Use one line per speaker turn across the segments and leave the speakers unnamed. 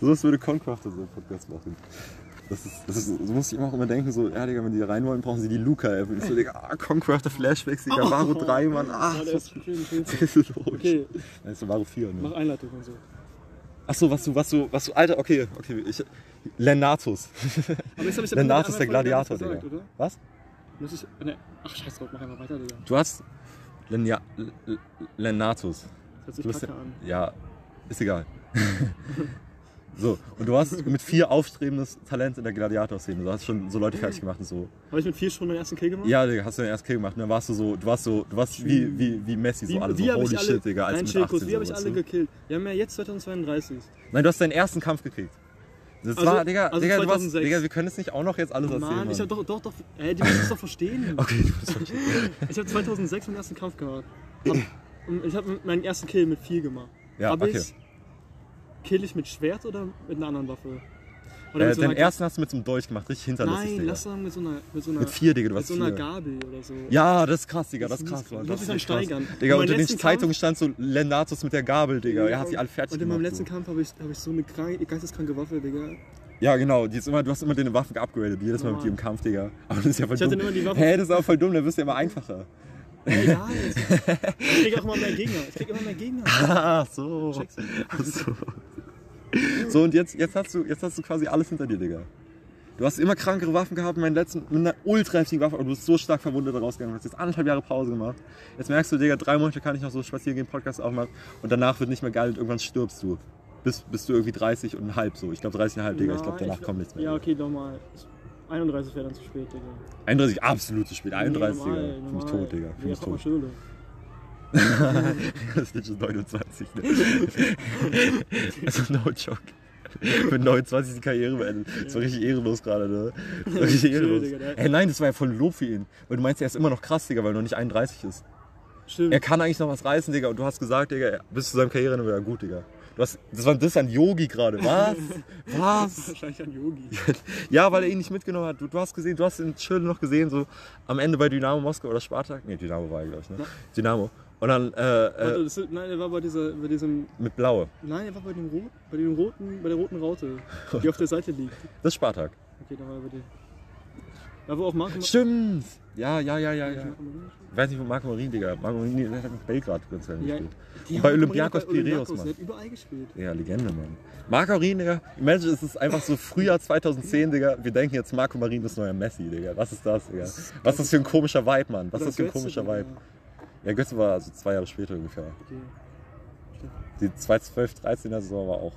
so was würde Concrafter so einen Podcast machen. Das ist, das ist, so muss ich immer auch immer denken, so, ja, Digga, wenn die da rein wollen, brauchen sie die Luca-App. Und ich so, Digga, ah, Concrafter Flashbacks, Digga, Varo 3, Mann, ah,
Ja, der
das
ist schön, schön.
ist logisch.
Oh. Okay.
Nein, ist so Varo 4,
Mach
ne?
Einleitung und so.
Achso, was du, was du, was du, Alter, okay, okay, ich, Lenatus.
Aber jetzt habe
Lenatus,
ich
der
einmal vorher gar nichts
Gladiator, Digga.
gesagt, oder?
Was?
Muss ich. Ne, ach, scheiß drauf, mach einfach weiter, Digga.
Du hast Lenia, L- L- Lenatus.
Das hört sich
Du bist
kacke an.
ja, ist egal. so, und du hast mit vier aufstrebendes Talent in der Gladiator-Szene. Du hast schon so Leute fertig gemacht und so.
Habe ich mit vier schon meinen ersten Kill gemacht?
Ja, Digga, hast du den erst Kill gemacht und dann warst du so, du warst so, du warst wie, wie, wie Messi, so alle so,
hab
holy shit, Digga, als
Nein,
mit ne?
chill
18
kurz, wie habe ich
so,
alle
weißt
gekillt? Wir haben ja jetzt 2032.
du? Nein, du hast deinen ersten Kampf gekriegt. Das
Also-
war, Digga,
also
Digga, du warst,
2006.
Digga, wir können es nicht auch noch jetzt alles erzählen.
Mann, ich
Mann.
hab doch, doch, doch. Ey, die müssen das doch verstehen.
okay, du bist verstanden.
Ich habe 2006 meinen ersten Kampf gemacht. Hab, und ich habe meinen ersten Kill mit 4 gemacht.
Ja,
Hab
okay.
ich. Kill ich mit Schwert oder mit einer anderen Waffe? Oder
Äh,
mit so
deinen
einer-
ersten hast du mit so einem Dolch gemacht, richtig hinterlistig,
Nein,
Digga.
lass doch mit so einer. Mit so einer,
mit vier, Digga, du
mit
warst
so einer
vier.
Gabel oder so.
Ja, das ist krass, Digga,
Das
das ist
muss-
krass, Mann.
muss
Das
ich
ist
dann
echt krass.
steigern.
Digga,
Und
unter
mein
den
letzten
Zeitungen stand so Lendatus mit der Gabel, Digga. Er hat die alle fertig
Und in meinem
gemacht,
letzten
so.
Kampf habe ich, hab ich so eine krank, geisteskranke Waffe, Digga.
Ja, genau. Die ist immer, du hast immer deine Waffen geupgradet, jedes Mal mit
Normal.
dir im Kampf, Digga. Aber das ist ja voll
Ich hatte
dumm.
immer die Waffe-
Hä, das ist auch voll dumm, dann wirst du ja immer einfacher.
Egal. ich krieg auch immer mehr Gegner. Ich krieg immer mehr Gegner.
Ach so.
Checkst du?
Ach so. So, und jetzt, jetzt, hast du, jetzt hast du quasi alles hinter dir, Digga. Du hast immer krankere Waffen gehabt, meinen letzten, mit einer ultra heftigen Waffe, aber du bist so stark verwundet da rausgegangen. Du hast jetzt anderthalb Jahre Pause gemacht. Jetzt merkst du, Digga, drei Monate kann ich noch so spazieren gehen, Podcast aufmachen und danach wird nicht mehr geil und irgendwann stirbst du. Bist, bist du irgendwie 30 und ein halb so. Ich glaube 30 und ein halb, Digga. ich glaube, danach kommt nichts mehr.
Ja, okay, nochmal. 31 wäre dann zu spät, Digga.
31, absolut zu spät. 31,
Nee,
Digga. Für mich tot, Digga. Für mich
guck mal,
tot.
Schöne.
Das ist schon 29, ne? Also no joke. Mit 29 die Karriere beendet. Das war richtig ehrenlos gerade, ne? Das war richtig
Chill,
ehrenlos.
Digga, der-
Ey, nein, das war ja voll ein Lob für ihn. Weil du meinst, er ist immer noch krass, Digga, weil er noch nicht 31 ist.
Stimmt.
Er kann eigentlich noch was reißen, Digga. Und du hast gesagt, Digga, er- bis zu seinem Karriereende wäre er gut, Digga. Du hast, das war ein Diss an Yogi gerade. Was? Was?
Wahrscheinlich an Yogi.
Ja, weil er ihn nicht mitgenommen hat. Du, du hast gesehen, du hast ihn chill noch gesehen, so am Ende bei Dynamo Moskau oder Spartak. Nee, Dynamo war er, glaube ich, ne? Dynamo. Und dann, äh,
Warte,
äh,
das, ist- nein, er war bei, dieser, bei diesem.
mit Blaue.
Nein, er war bei dem, Rot, bei dem roten, bei der roten Raute, die auf der Seite liegt.
Das ist Spartak.
Okay, dann war er bei dem. Da wo auch Marco.
Stimmt! Ja, ja, ja, ja, ja.
Marco Marino-
Ich weiß nicht, wo Marco Marin, Digga. Marco Marin der hat mit Belgrad ganz lange
Ja.
gespielt.
Die
Und bei
haben
Olympiakos
Marino bei
Piräus,
Olympiakos,
Mann.
Der hat überall gespielt.
Ja, Legende, Mann. Marco Marin, Digga. Imagine, es ist einfach so Frühjahr 2010, Digga. Wir denken jetzt, Marco Marin ist neuer Messi, Digga. Was ist das, Digga? Was ist das für ein komischer Vibe, Mann? Was ist das für ein komischer Vibe? Ja, Götze war also zwei Jahre später ungefähr.
Okay.
Die 2012-13er Saison war auch.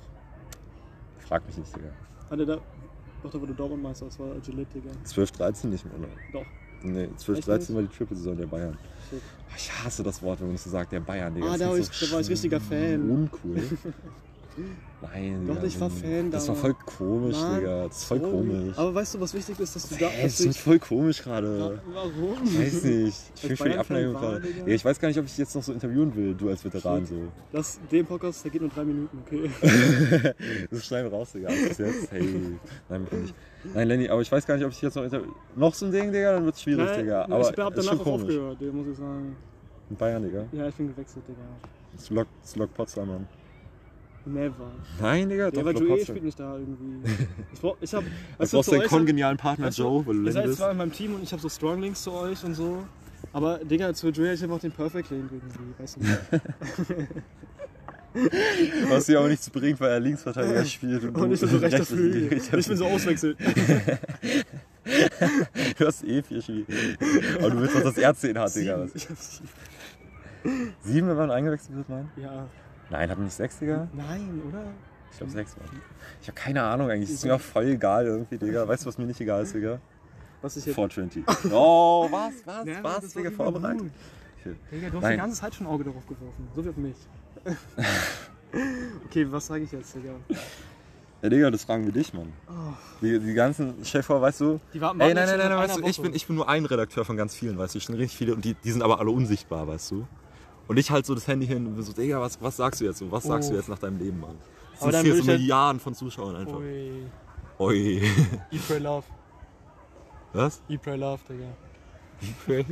Frag mich nicht, Digga.
Alter, Ah, da. Doch, da wurde Dortmund Meister, das war Gillette, Digga.
12-13 nicht mehr, oder?
Doch.
Nee, 12-13 war die Triple-Saison der Bayern.
Shit.
Ich hasse das Wort, wenn man das so sagt, der Bayern, Digga.
Ah,
Das
da, war ich,
klingt so
da war ich richtiger Fan.
uncool. Nein,
Doch,
Digga,
ich war
nee.
Fan
Das war voll
damals.
komisch,
Mann,
Digga. Das ist voll
sorry.
komisch.
Aber weißt du, was wichtig ist, dass du da.
Hä,
dass
das ist
ich-
voll komisch gerade.
Warum?
Weiß nicht. Ich
Als
fühle für die
Bayern-Fan
Abneigung
war,
gerade.
Digga.
Ja, ich weiß gar nicht, ob ich dich jetzt noch so interviewen will, du als Veteran so.
Das, den Podcast, der geht nur drei Minuten, okay?
Das schneiden wir raus, Digga. Bis jetzt. Hey. Nein, wir können nicht. Nein, Lenny, aber ich weiß gar nicht, ob ich dich jetzt noch inter Noch so ein Ding, Digga, dann wird's schwierig, Digga.
ich
Aber
hab danach
ist schon
auch
komisch.
aufgehört, Digga, muss ich sagen.
In Bayern, Digga.
Ja, ich bin gewechselt, Digga.
Das Lok, das Lok Potsdam, Mann.
Never.
Nein, Digga,
Ja,
doch
weil
Lok
Joe
Potsdam.
spielt nicht da irgendwie. Ich brauch, ich hab.
Du
weißt du,
brauchst
zu
deinen
euch
kongenialen Partner
weißt du,
Joe, weil du
Ihr
Lenny
seid
bist.
zwar in meinem Team und ich habe so Strong Links zu euch und so. Aber Digga, zu Joey, ich habe auch den Perfect Link irgendwie, weißt du?
Was sie aber nichts bringt, weil er Linksverteidiger spielt. du
Und ich bin so rechter
rechts-
Flügel. Ich
rechter
bin so auswechselt.
Flügel. Du hast eh vier Spiele. Aber du willst doch das Ärzte in hat, Digga. Was?
Ich hab sie-
Sieben, wenn man eingewechselt wird, nein?
Ja.
Nein, hat nicht sechs, Digga?
Nein, oder?
Ich glaube sechs, Mann. Ich habe keine Ahnung eigentlich. Ist mir auch voll egal irgendwie, Digga. Weißt du, was mir nicht egal ist, Digga?
Was ich jetzt.
420. Oh, was, was,
Nein, das
was,
war
Digga,
über
vorbereitet.
Moon. Digga, du hast
Nein.
die ganze Zeit schon Auge darauf geworfen. So wie auf mich. okay, was sage ich jetzt, Digga?
Ja, Digga, das fragen wir dich, Mann.
Oh.
Die, die ganzen Chefer, weißt du?
Die warten
Ey, nein,
warten jetzt
nein,
schon
nein,
in
weißt
einer
du, ich
Woche.
bin, ich bin nur ein Redakteur von ganz vielen, weißt du, ich sind richtig viele und die, die sind aber alle unsichtbar, weißt du. Und ich halt so das Handy hin und bin so, Digga, was, was sagst du jetzt so? Was sagst du
Oh.
jetzt nach deinem Leben, Mann? Das
Aber dann
interessiert
würde
so
ich halt-
Milliarden von Zuschauern einfach.
Ui.
Oi.
Eat, pray, love.
Was?
Eat, pray, love, Digga.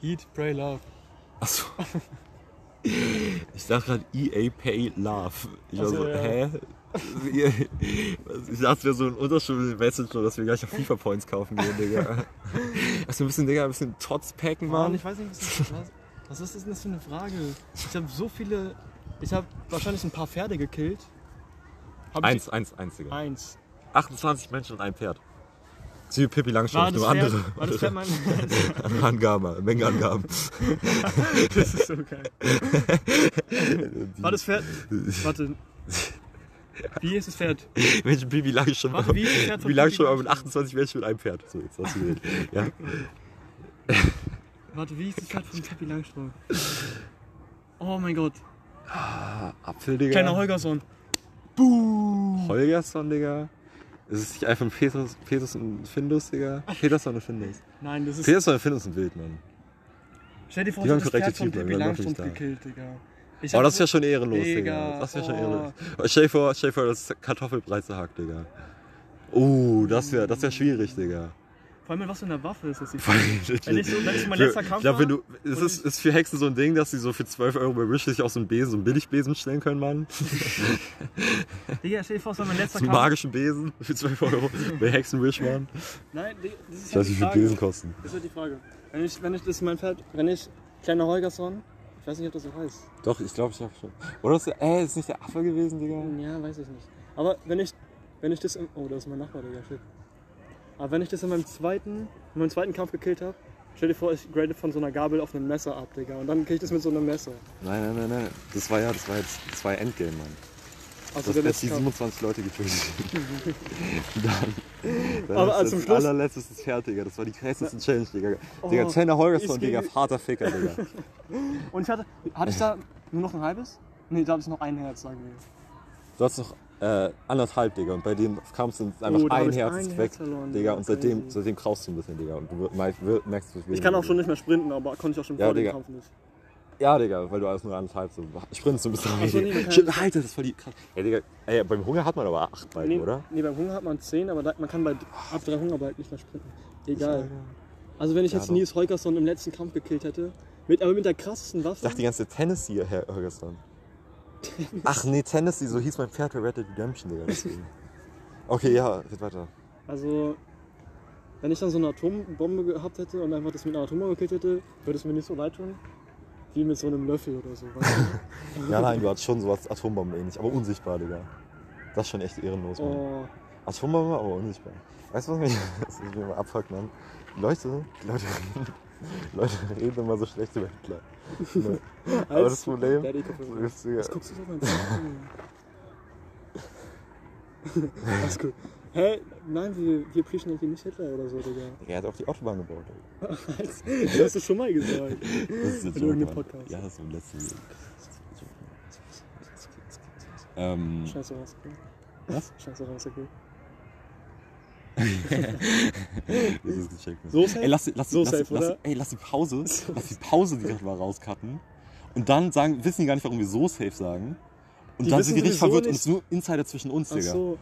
Eat, pray, love.
Achso. Ich sag grad EA Pay Love. Ich war
Ach so,
so,
Also, ja.
hä? Ich dachte mir so ein unterschiedliches Message, dass wir gleich auf FIFA Points kaufen gehen, Digga. Also ein bisschen, Digga, ein bisschen Tots packen,
Mann,
Mann.
ich weiß nicht, was, das, was, was ist das denn das für eine Frage? Ich habe so viele. Ich habe wahrscheinlich ein paar Pferde gekillt. Hab ich-
Eins, eins, eins, Digga.
Eins.
28 Menschen und ein Pferd. Das ist wie Pippi
War
Langstrumpf,
das
nur
Pferd,
andere.
war das Pferd mein.
Angaben, Menge Angaben.
das ist so geil. War das Pferd. Warte. Wie ist das Pferd?
Menschen Pippi Langstrumpf.
Warte, wie ist das Pferd von
Wie Langstrumpf,
Pippi
aber mit
Langstrumpf?
28 Menschen mit einem Pferd. So, jetzt hast du gesehen. Ja.
Warte, wie ist das Pferd von Pippi Langstrumpf? Oh mein Gott.
Apfel, Digga.
Kleiner Holgersson.
Holgersson, Digga. Ist es nicht einfach ein Petrus, Petrus und Findus, Digga? Peterson und Findus.
Nein, das ist.
Peterson und Findus sind wild, Mann.
Stell dir vor,
Die
du
waren
hast das
korrekte
Pferd von
Typen,
Pippi
die waren wirklich
Langstrumpf
da.
gekillt, Digga. Ich
Oh,
hab
das ist
so-
ja schon ehrenlos,
Digga,
Digga. Das ist ja schon
oh.
ehrenlos. Aber Stell dir vor, stell dir vor, das ist Kartoffelbrei zerhackt, Digga. Oh, das wäre das wär schwierig, Digga.
Vor allem, mit was für eine Waffe ist das? die-
Wenn
ich so- wenn ich mein letzter Kampf
ich glaub, wenn
war
du, es
und
ist, ist für Hexen so ein Ding, dass sie so für 12 Euro bei Wish sich auch so einen Besen, so einen Billigbesen stellen können, Mann.
Digga, stell dir vor, es war mein letzter
So einen
Kampf.
magischen Besen für 12 Euro bei Hexen Wish, Mann.
Nein, Digga, das ist
Ich weiß nicht, wie
ja
viel
die
Besen
Frage.
kosten.
Das ist ja die Frage. Wenn ich, wenn ich, das ist mein Pferd, wenn ich, kleiner Holgersson, ich weiß nicht, ob das so heißt.
Doch, ich glaube, ich habe schon. Oder ist, ey, ist nicht der Affe gewesen, Digga?
Hm, Ja, weiß ich nicht. Aber wenn ich, wenn ich das im, oh, da ist mein Nachbar, Digga, shit. Aber wenn ich das in meinem zweiten, in meinem zweiten Kampf gekillt habe, stell dir vor, ich grade von so einer Gabel auf einem Messer ab, Digga. Und dann kill ich das mit so einem Messer.
Nein, nein, nein, nein. Das war ja, das war jetzt, das war ja Endgame, Mann. Das
Also der
hat
letzte
die
Kampf.
27 Leute getötet. dann, dann
Aber
ist
als
das
zum Schluss-
allerletztes ist fertig, Digga. Das war die krasseste Challenge, Digga.
Oh,
Digga, Tanner Holgersson,
ich
Digga,
geh-
harter Ficker, Digga.
Und ich hatte, hatte ich da nur noch ein halbes? Nee, da habe ich noch ein Herz, sagen wir.
Du hast noch äh, anderthalb, Digga. Und bei dem Kampf sind einfach
Oh, da hab
ein
ich
Herz
ein
ist
Herz
weg,
verloren,
Digga.
Digga.
Und seitdem,
Crazy.
seitdem kraust du ein bisschen, Digga. Und du mer- mer- merkst, du bist
Ich kann auch schon nicht mehr sprinten, aber konnte ich auch schon
Ja,
vor dem
Digga.
Kampf nicht.
Ja, Digga, weil du alles nur anderthalb so sprintest und bist
Ach so, nee, man kann-
Stimmt, Alter, das ist voll die krass. Ey, Digga, ey, beim Hunger hat man aber acht Balken,
Nee,
oder?
nee, beim Hunger hat man 10, aber da, man kann bei, ab 3 Hunger bald nicht mehr sprinten. Egal. Also wenn ich
Ja,
jetzt
doch.
Nils Holgersson im letzten Kampf gekillt hätte, mit, aber mit der krassesten
Ich
Waffe.
dachte die ganze Zeit Tennessee, Herr Holgersson. Ach nee, Tennessee, so hieß mein Pferd bei Red Dead Redemption, Digga, deswegen. Okay, ja, geht weiter.
Also, wenn ich dann so eine Atombombe gehabt hätte und einfach das mit einer Atombombe gekillt hätte, würde es mir nicht so leid tun, wie mit so einem Löffel oder so. Weißt du?
Ja, nein, du hattest schon sowas Atombomben-ähnlich, aber unsichtbar, Digga. Das ist schon echt ehrenlos, Mann.
oh,
Atombombe, aber unsichtbar. Weißt du, was mich, was mich immer abfuckt, Mann? Die Leute, die Leute reden, die Leute reden immer so schlecht über Hitler. Ne? aber das Problem,
halt. Daddy,
so
guck
ist, Digga,
Was guckst du so auf meinen Zahn? Alles gut. Hä? Nein, wir, wir preachen ja hier nicht Hitler oder so, Digga.
er hat auch die Autobahn gebaut. Digga.
Das hast du schon mal gesagt.
Das ist der
In
Joke,
irgendeinem
Mann.
Podcast.
Ja, das ist so ein letzter Joke. Ähm,
Scheiße, was?
Was?
Scheiße, was? Okay.
das ist gecheckt. ne?
So safe?
Ey, lass, die- lass, die-
So
lass, die-
safe,
lass, die-
oder?
ey, lass die Pause, lass die Pause die gerade mal rauscutten. Und dann sagen, wissen die gar nicht, warum wir so safe sagen. Und
Die
dann
wissen
sind die richtig
sowieso
verwirrt und
nicht.
es ist nur Insider zwischen uns,
Ach
Digga.
so.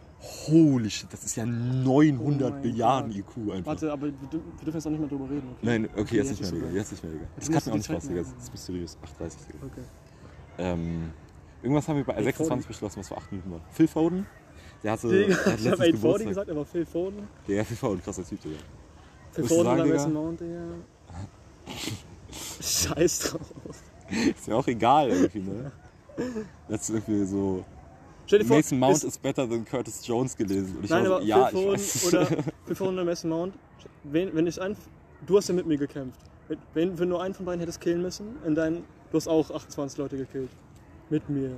Holy shit, das ist ja 900
Oh mein
Milliarden
Gott.
IQ einfach.
Warte, aber wir, dür- wir dürfen jetzt auch nicht mehr drüber reden. Okay.
Nein, okay, jetzt nicht
Jetzt
mehr,
ist
Digga.
vorbei.
Jetzt nicht mehr, Digga. Das
musst
kann man auch
du die
nicht raus,
Zeit
Digga.
machen.
Das ist mysteriös. 38, Digga.
Okay.
Ähm, irgendwas haben wir bei 26 beschlossen, was vor 8 Minuten war. Phil Foden? Der hatte,
Digga,
der hat
ich hab
letztens
840
Geburtstag.
gesagt, aber Phil Foden.
Digga, Phil Foden, krasser Typ, Digga.
Phil
Willst du
Foden
sagen,
oder
Digga?
Mason Mount, Digga. Scheiß drauf.
Ist ja auch egal irgendwie, ne? Das ist irgendwie so.
Stell dir vor,
Mason Mount
ist,
ist, better than Curtis Jones gelesen. Und ich
nein,
war so,
aber
ja,
Phil,
ich weiß.
Foden oder, Phil Foden oder Mason Mount, wenn, wenn ich einen, du hast ja mit mir gekämpft. Wenn- Wenn, wenn du einen von beiden hättest killen müssen, in deinen, du hast auch 28 Leute gekillt. Mit mir.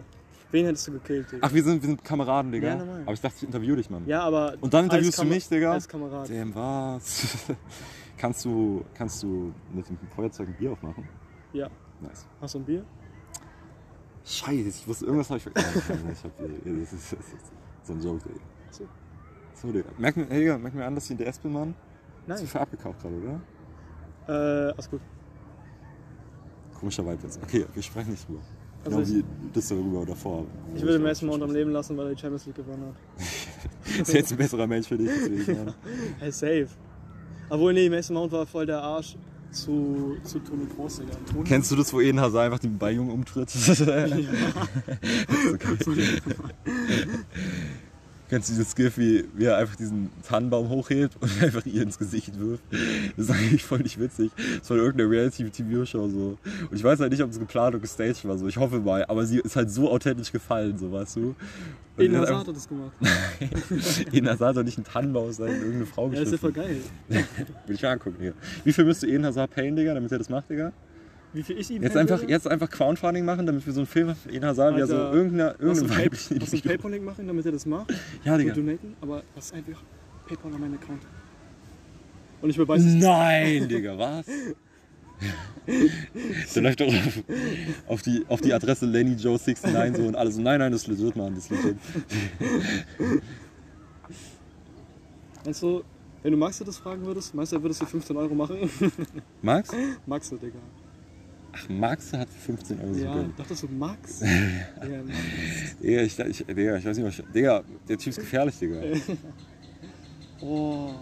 Wen hättest du gekillt, Digga?
Ach, wir sind, wir sind Kameraden, Digga.
Ja, normal.
aber ich dachte, ich interview dich, Mann.
ja, aber
Und dann
als
interviewst du
Kam-
mich, Digga.
Als Kamerad.
Damn, was? kannst, du, kannst du mit dem Feuerzeug ein Bier aufmachen?
Ja.
Nice.
Hast du ein Bier?
Scheiße, ich wusste, irgendwas habe ich vergessen. ich hab, hier- das, ist, das ist so ein Joke, Digga.
Ach so.
So, Digga. Merk mir, hey, Digga, merk mir an, dass ich in der Espel, Mann. Hast
Nein.
du für abgekauft gerade, oder?
Äh, alles gut.
Komischer Vibe jetzt. Okay, wir sprechen nicht drüber.
Also
genau wie
ich-
das darüber oder vor.
Ich würde Mason Mount am Leben lassen, weil er die Champions League gewonnen hat.
Ist jetzt ein besserer Mensch für dich, deswegen. Mann.
Hey, safe. Obwohl, nee, Mason Mount war voll der Arsch. zu, zu Toni Groß, Digga. Und Toni
Kennst du das, wo Eden Hazard einfach den Balljungen umtritt? Das ist so geil. Kennst du dieses Gif, wie, wie er einfach diesen Tannenbaum hochhebt und einfach ihr ins Gesicht wirft? Das ist eigentlich voll nicht witzig. Das war irgendeine Reality-TV-Show so. Und ich weiß halt nicht, ob es geplant und gestaged war so. Ich hoffe mal. Aber sie ist halt so authentisch gefallen, so, weißt du? Und
Eden
er hat
Hazard hat das gemacht.
einfach- Eden Hazard soll nicht einen Tannenbaum sein, irgendeine Frau
Ja, ist ja
geschnitten.
voll geil.
Will ich mir angucken hier. Wie viel müsste Eden Hazard payen, Digga, damit er das macht, Digga?
Wie viel ich ihm
Jetzt
hätte?
einfach, jetzt einfach Crowdfunding machen, damit wir so einen Film für Eden Hazard wieder so
Also Alter,
irgendeiner
Lass
irgendeine
uns Pay-
weibliche
lass uns Paypal-Link machen, damit er das macht.
Ja,
Wir
Ah, Digga.
donaten, aber das ist einfach Paypal an meinen Account. Und ich überweise es.
Nein, Digga, was? Der läuft doch auf, auf, die, auf die Adresse Lenny Joe 69 so und alles. Nein, nein, das ist legit, Mann, das ist legit.
Meinst du, wenn du Max das fragen würdest, meinst du, er würde es für 15 Euro machen?
Max?
Max, Digga.
Ach, Max hat 15 Euro
Ja,
gegeben.
dachtest du Max? ja, Mann.
Digga, ich, ich, Digga, ich weiß nicht, was. ich- Digga, der Typ ist gefährlich, Digga.
Oh.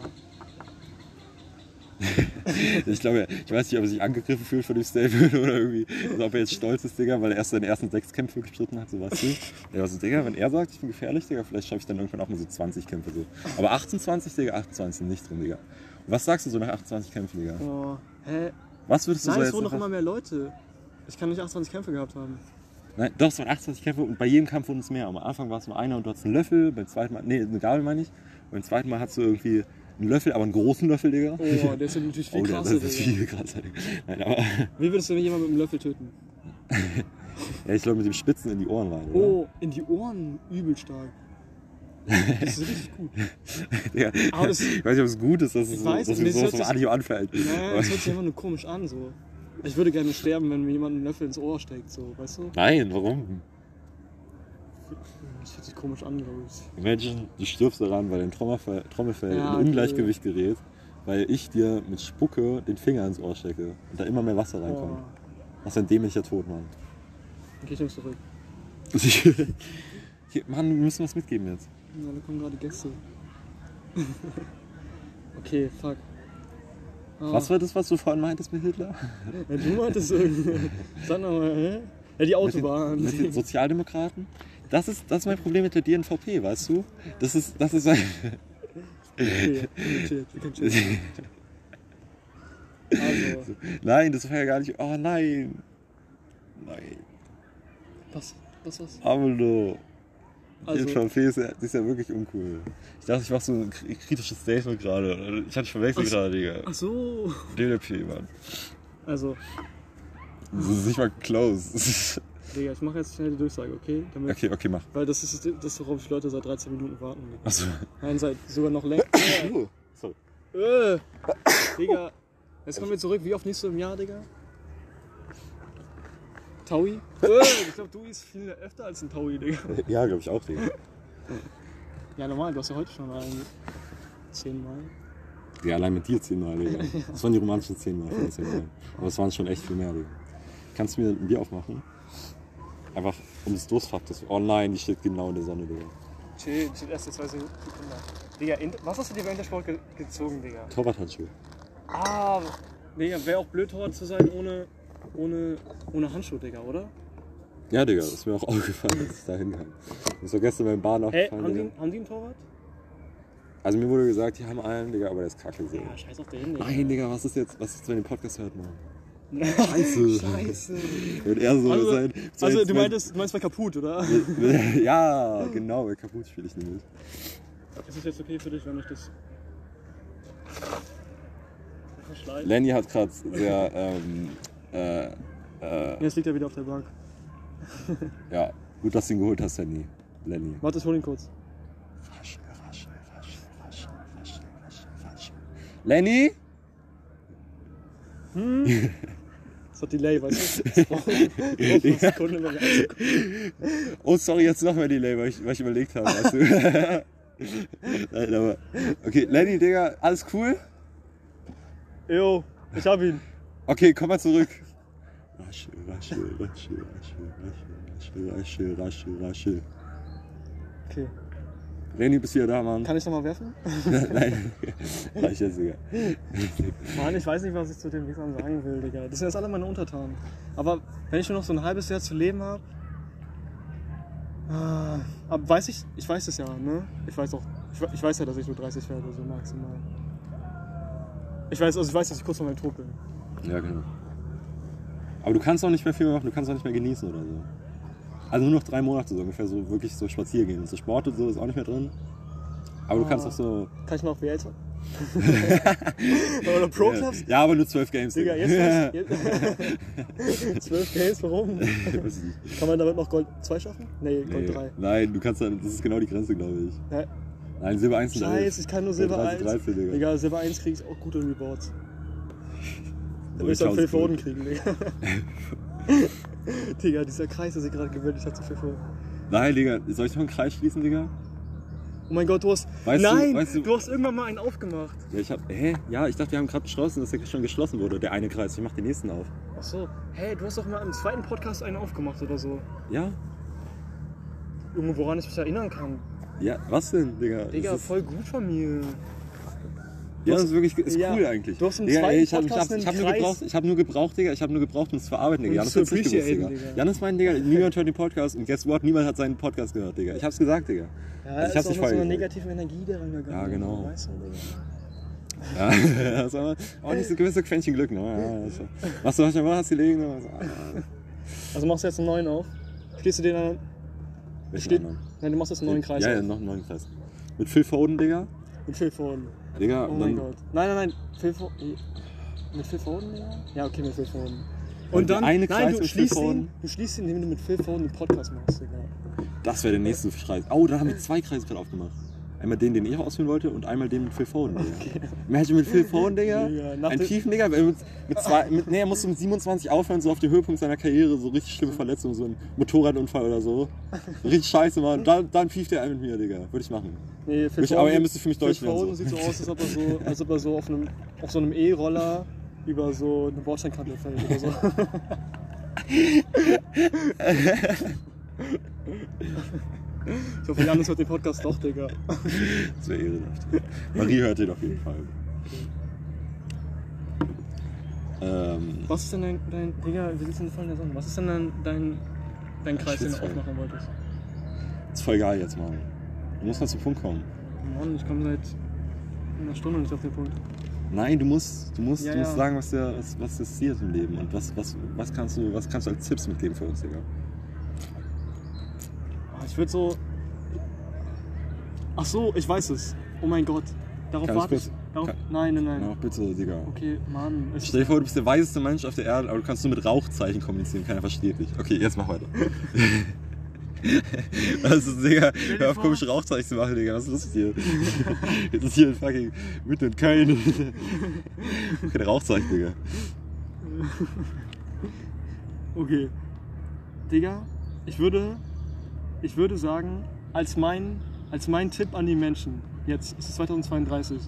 Ich glaube, ich weiß nicht, ob er sich angegriffen fühlt von dem Statement oder irgendwie. Oder ob er jetzt stolz ist, Digga, weil er erst seinen ersten Sechskämpfe gestritten hat, so weißt du. Ja, also, Digga, wenn er sagt, ich bin gefährlich, Digga, vielleicht schaffe ich dann irgendwann auch mal so 20 Kämpfe so. Aber 28, Digga, 28 sind nicht drin, Digga. Und was sagst du so nach 28 Kämpfen, Digga?
oh. Hä?
Was würdest du
Nein,
so
es
jetzt
wurden doch
noch-
immer mehr Leute. Ich kann nicht 28 Kämpfe gehabt haben.
Nein, doch, es waren 28 Kämpfe und bei jedem Kampf wurden es mehr. Am Anfang war es nur einer und du hattest einen Löffel, beim zweiten Mal, nee, eine Gabel meine ich. Und beim zweiten Mal hattest du irgendwie einen Löffel, aber einen großen Löffel, Digga.
Oh, der ist ja natürlich viel
Oh, ja, das
krasser,
ist
Digga.
viel krasser, Digga. Nein, aber,
Wie würdest du jemanden mit dem Löffel töten?
ja, ich glaube, mit dem Spitzen in die Ohren rein, oder?
Oh, in die Ohren übel stark. Das ist richtig gut.
Ja.
Aber das-
ich weiß nicht, ob es gut ist, dass es
Ich
so,
weiß,
dass
mir
mir sowas
hört
vom
das-
Radio anfällt.
Naja, das hört sich einfach nur komisch an, so. Ich würde gerne sterben, wenn mir jemand einen Löffel ins Ohr steckt, so, weißt du?
Nein, warum?
Das hört sich komisch an, glaube ich.
Imagine, du stirbst daran, weil dein Trommelfell, Trommelfell
Ja,
in
okay.
Ungleichgewicht gerät, weil ich dir mit Spucke den Finger ins Ohr stecke und da immer mehr Wasser
Oh.
reinkommt. Was für ein dämlicher Tod, Mann.
Okay, ich nehm's zurück.
Hier, Mann, wir müssen was mitgeben jetzt.
Ja, da kommen gerade Gäste. okay, fuck. Ah.
Was war das, was du vorhin meintest mit Hitler?
Ja, du meintest irgendwie. Sag nochmal, hä? Ja, die Autobahn.
Mit den Sozialdemokraten? Das ist, das ist mein Problem mit der DNVP, weißt du? Das ist, das ist ein...
Okay, wir chillen, wir können chillen. Also,
Nein, das war ja gar nicht... Oh nein! Nein.
was? Was, was?
Amelo. Also,
Also-
DNVP ist ja, die ist ja wirklich uncool. Ich dachte, ich mache so ein kri- kritisches Statement gerade. Ich hatte dich verwechselt
Ach so.
gerade, Digga.
Ach so.
DNP, Mann.
Also,
Das ist nicht mal close.
Digga, ich mache jetzt schnell die Durchsage, okay? Damit,
okay, okay, mach.
Weil das ist das, worauf ich Leute seit 13 Minuten warten. Digga.
Achso.
Nein, seit sogar noch länger.
Sorry.
äh, Digga, jetzt kommen wir zurück. Wie oft nicht so im Jahr, Digga? Taui? Äh, ich glaube, du isst viel öfter als ein Taui, Digga.
Ja, glaube ich auch, Digga.
Ja, normal, du hast ja heute schon einen. Zehnmal.
Ja, allein mit dir zehnmal, Digga. Das waren die romanischen zehnmal von zehnmal. Aber es waren schon echt viel mehr, Digga. Kannst du mir ein Bier aufmachen? Einfach um des Durstfaktors. Oh nein, die steht genau in der Sonne, Digga.
Chill, chill, erst jetzt weiß ich Sekunde. Digga, Inter- was hast du dir beim Intersport ge gezogen, Digga?
Torwarthandschuhe.
Ah, Digga, wäre auch blöd, Torwart zu sein ohne, ohne, ohne Handschuh, Digga, oder?
Ja, Digga, das ist mir auch aufgefallen, dass es da hinkam. Ist doch gestern beim Bahn
Hä,
aufgefallen,
haben die,
Digga.
haben die einen Torwart?
Also mir wurde gesagt, die haben einen, Digga, aber der ist kacke, Digga.
Ja, scheiß auf den, Digga.
Nein, Digga, was ist jetzt, was ist, wenn ihr den Podcast hört, Mann?
Scheiße. Scheiße.
Wenn er so
Also,
sein... sein-
also du
sein-
meintest, du meinst bei kaputt, oder?
ja, genau, weil kaputt spiele ich nämlich.
Ist es jetzt okay für dich, wenn ich das. verschleife?
Lenny hat gerade sehr, ähm, äh, äh,
Jetzt liegt er wieder auf der Bank.
Ja, gut, dass du ihn geholt hast, Lenny. Lenny.
Warte, ich hol ihn kurz.
Raschel, raschel, raschel, raschel, raschel, raschel, raschel. Lenny?
Das hat Delay, weißt du? Das braucht braucht eine Sekunde noch.
Oh, sorry, jetzt noch mehr Delay, weil ich, weil ich überlegt habe, weißt du. Nein, aber. Okay, Lenny, Digga, alles cool?
Jo, ich hab ihn.
Okay, komm mal zurück. Raschel, raschel, raschel, raschel, raschel, raschel, raschel, raschel.
Okay.
René, bist hier da, Mann?
Kann ich nochmal werfen?
Nein, gleich jetzt, Digga.
Mann, ich weiß nicht, was ich zu den Wichsern sagen will, Digga. Das sind jetzt alle meine Untertanen. Aber wenn ich nur noch so ein halbes Jahr zu leben habe. Aber weiß ich, ich weiß es ja, ne? Ich weiß auch, ich, we- ich weiß ja, dass ich nur 30 werde, so maximal. Ich weiß, also ich weiß, dass ich kurz vor meinem Tod bin.
Ja, genau. Aber du kannst auch nicht mehr viel mehr machen, du kannst auch nicht mehr genießen oder so. Also nur noch drei Monate so ungefähr, so wirklich so spazieren gehen. So Sport und so ist auch nicht mehr drin. Aber du kannst
Ah.
auch so.
Kann ich noch WL zocken? Oder Pro
ja,
Clubs?
ja, aber nur zwölf Games.
Digga, jetzt nicht. Jetzt- 12 Games, warum?
Weiß ich nicht.
Kann man damit noch Gold 2 schaffen? Nee, Gold
Nee.
3.
Nein, du kannst dann, das ist genau die Grenze, glaube ich.
Hä?
Nein, Silber 1 und 11.
Scheiße, ich kann nur
Gold
Silber
13,
1.
13, Digga.
Digga, Silber 1 krieg ich auch gute Rewards.
So,
Da muss ich dann
schaut's
Phil
gut.
Foden kriegen, Digga. Digga, dieser Kreis, der sich gerade gewöhnt, ich hatte Phil Foden.
Nein, Digga, soll ich noch einen Kreis schließen, Digga?
Oh mein Gott, du hast.
Weißt du-
Nein! Du,
weißt du-
hast irgendwann mal einen aufgemacht.
Ja, ich hab. Hä? Ja, ich dachte, wir haben gerade beschlossen, dass der schon geschlossen wurde, der eine Kreis. Ich mach den nächsten auf.
Achso. Hey, du hast doch mal im zweiten Podcast einen aufgemacht oder so.
Ja?
Junge, woran ich mich erinnern kann.
Ja, was denn, Digga?
Digga,
das ist,
voll gut von mir.
ja, das ist wirklich ist
Ja,
cool eigentlich.
du hast im
Digga,
zweiten
ey, ich hab, ich hab,
Podcast
ich hab
einen
nur
Kreis.
gebraucht, ich hab nur gebraucht, Digga, ich hab nur gebraucht, um es zu verarbeiten, Digga.
Um
Janis
zu
hat's nicht gewusst, Digga.
appreciaten, Digga.
Janis mein, Digga, niemand hört den Podcast und guess what? Niemand hat seinen Podcast gehört, Digga. Ich hab's gesagt, Digga.
Ja,
Also ich
ist
hab's nicht
auch mit so einer
vorher gesagt.
negativen Energie da rangegangen.
Ja, genau.
Weißt du, Digga.
Ja, das war auch nicht so gewisse Quäntchen Glück, ne? Ja, das war- Was du hast du hast gelegen? Ne? So, ah,
Also machst du jetzt einen neuen auf. Schließt du den an.
welchen
Steht-
anderen?
Nein, du machst jetzt einen neuen Kreis
Ja, ja,
auf.
noch einen neuen Kreis. Mit Phil Foden, Digga.
Mit Phil Foden.
Digga,
Oh
und
mein
dann,
Gott. Nein, nein, nein. Phil Foden. Mit Phil Foden, Digga? Ja, okay, mit Äh, Phil Foden.
Und
Und dann,
eine
nein,
Kreis
du
mit Phil
schließt, ihn,
Foden.
du schließt ihn, indem du mit Phil Foden einen Podcast machst, Digga.
das wäre der nächste Kreis. Oh, da haben wir zwei Kreise gerade aufgemacht. Einmal den, den ich ausführen wollte und einmal den mit Phil Foden, Digga. Imagine mit Phil Foden, Digga.
Digga, nach
Ein
dem-
tiefen, Digga. weil Mit, mit zwei, mit, nee, er musste mit 27 aufhören, so auf dem Höhepunkt seiner Karriere, so richtig schlimme Verletzung, so ein Motorradunfall oder so. Richtig scheiße, Mann. Dann, dann pieft er ein mit mir, Digga. Würde ich machen.
Nee, Phil
Ich- aber er müsste für mich deutsch
Phil
werden,
Foden
so.
sieht so aus, als ob er so, als ob er so auf einem auf so einem E-Roller über so eine Bordsteinkante fällt oder so. ich hoffe, Janis hört den Podcast doch, Digga.
Das wäre ehrenhaft. Marie hört den auf jeden Fall. Ähm,
Was ist denn dein, dein Digga, wir sitzen voll in der Sonne. Was ist denn dein, dein, dein Kreis, den du
Schwitzfall.
aufmachen wolltest?
ist voll geil jetzt, Mann. Du musst mal zum Punkt kommen.
Mann, ich komme seit einer Stunde nicht auf den Punkt.
Nein, du musst, du musst,
Ja,
du musst
ja.
sagen, was dir, was, was das Ziel ist im Leben und was, was, was kannst du, was kannst du als Tipps mitgeben für uns, Digga?
Ah, Ich würde so. Ach so, ich weiß es. Oh mein Gott. Darauf
Kann ich
warte ich.
kurz-
Darauf,
kann-
nein, nein, nein.
Ja, bitte, Digga.
Okay, Mann. Es,
Stell dir vor, du bist der weiseste Mensch auf der Erde, aber du kannst nur mit Rauchzeichen kommunizieren, keiner versteht dich. Okay, jetzt mach weiter. Das ist, Digga,
dir
hör auf
vor-
komische Rauchzeichen zu machen, Digga, was ist los mit dir? Jetzt ist hier ein fucking mitten in Köln. Mach Keine Rauchzeichen, Digga.
okay. Digga, ich würde. Ich würde sagen, als mein, als mein Tipp an die Menschen, jetzt ist es 2032.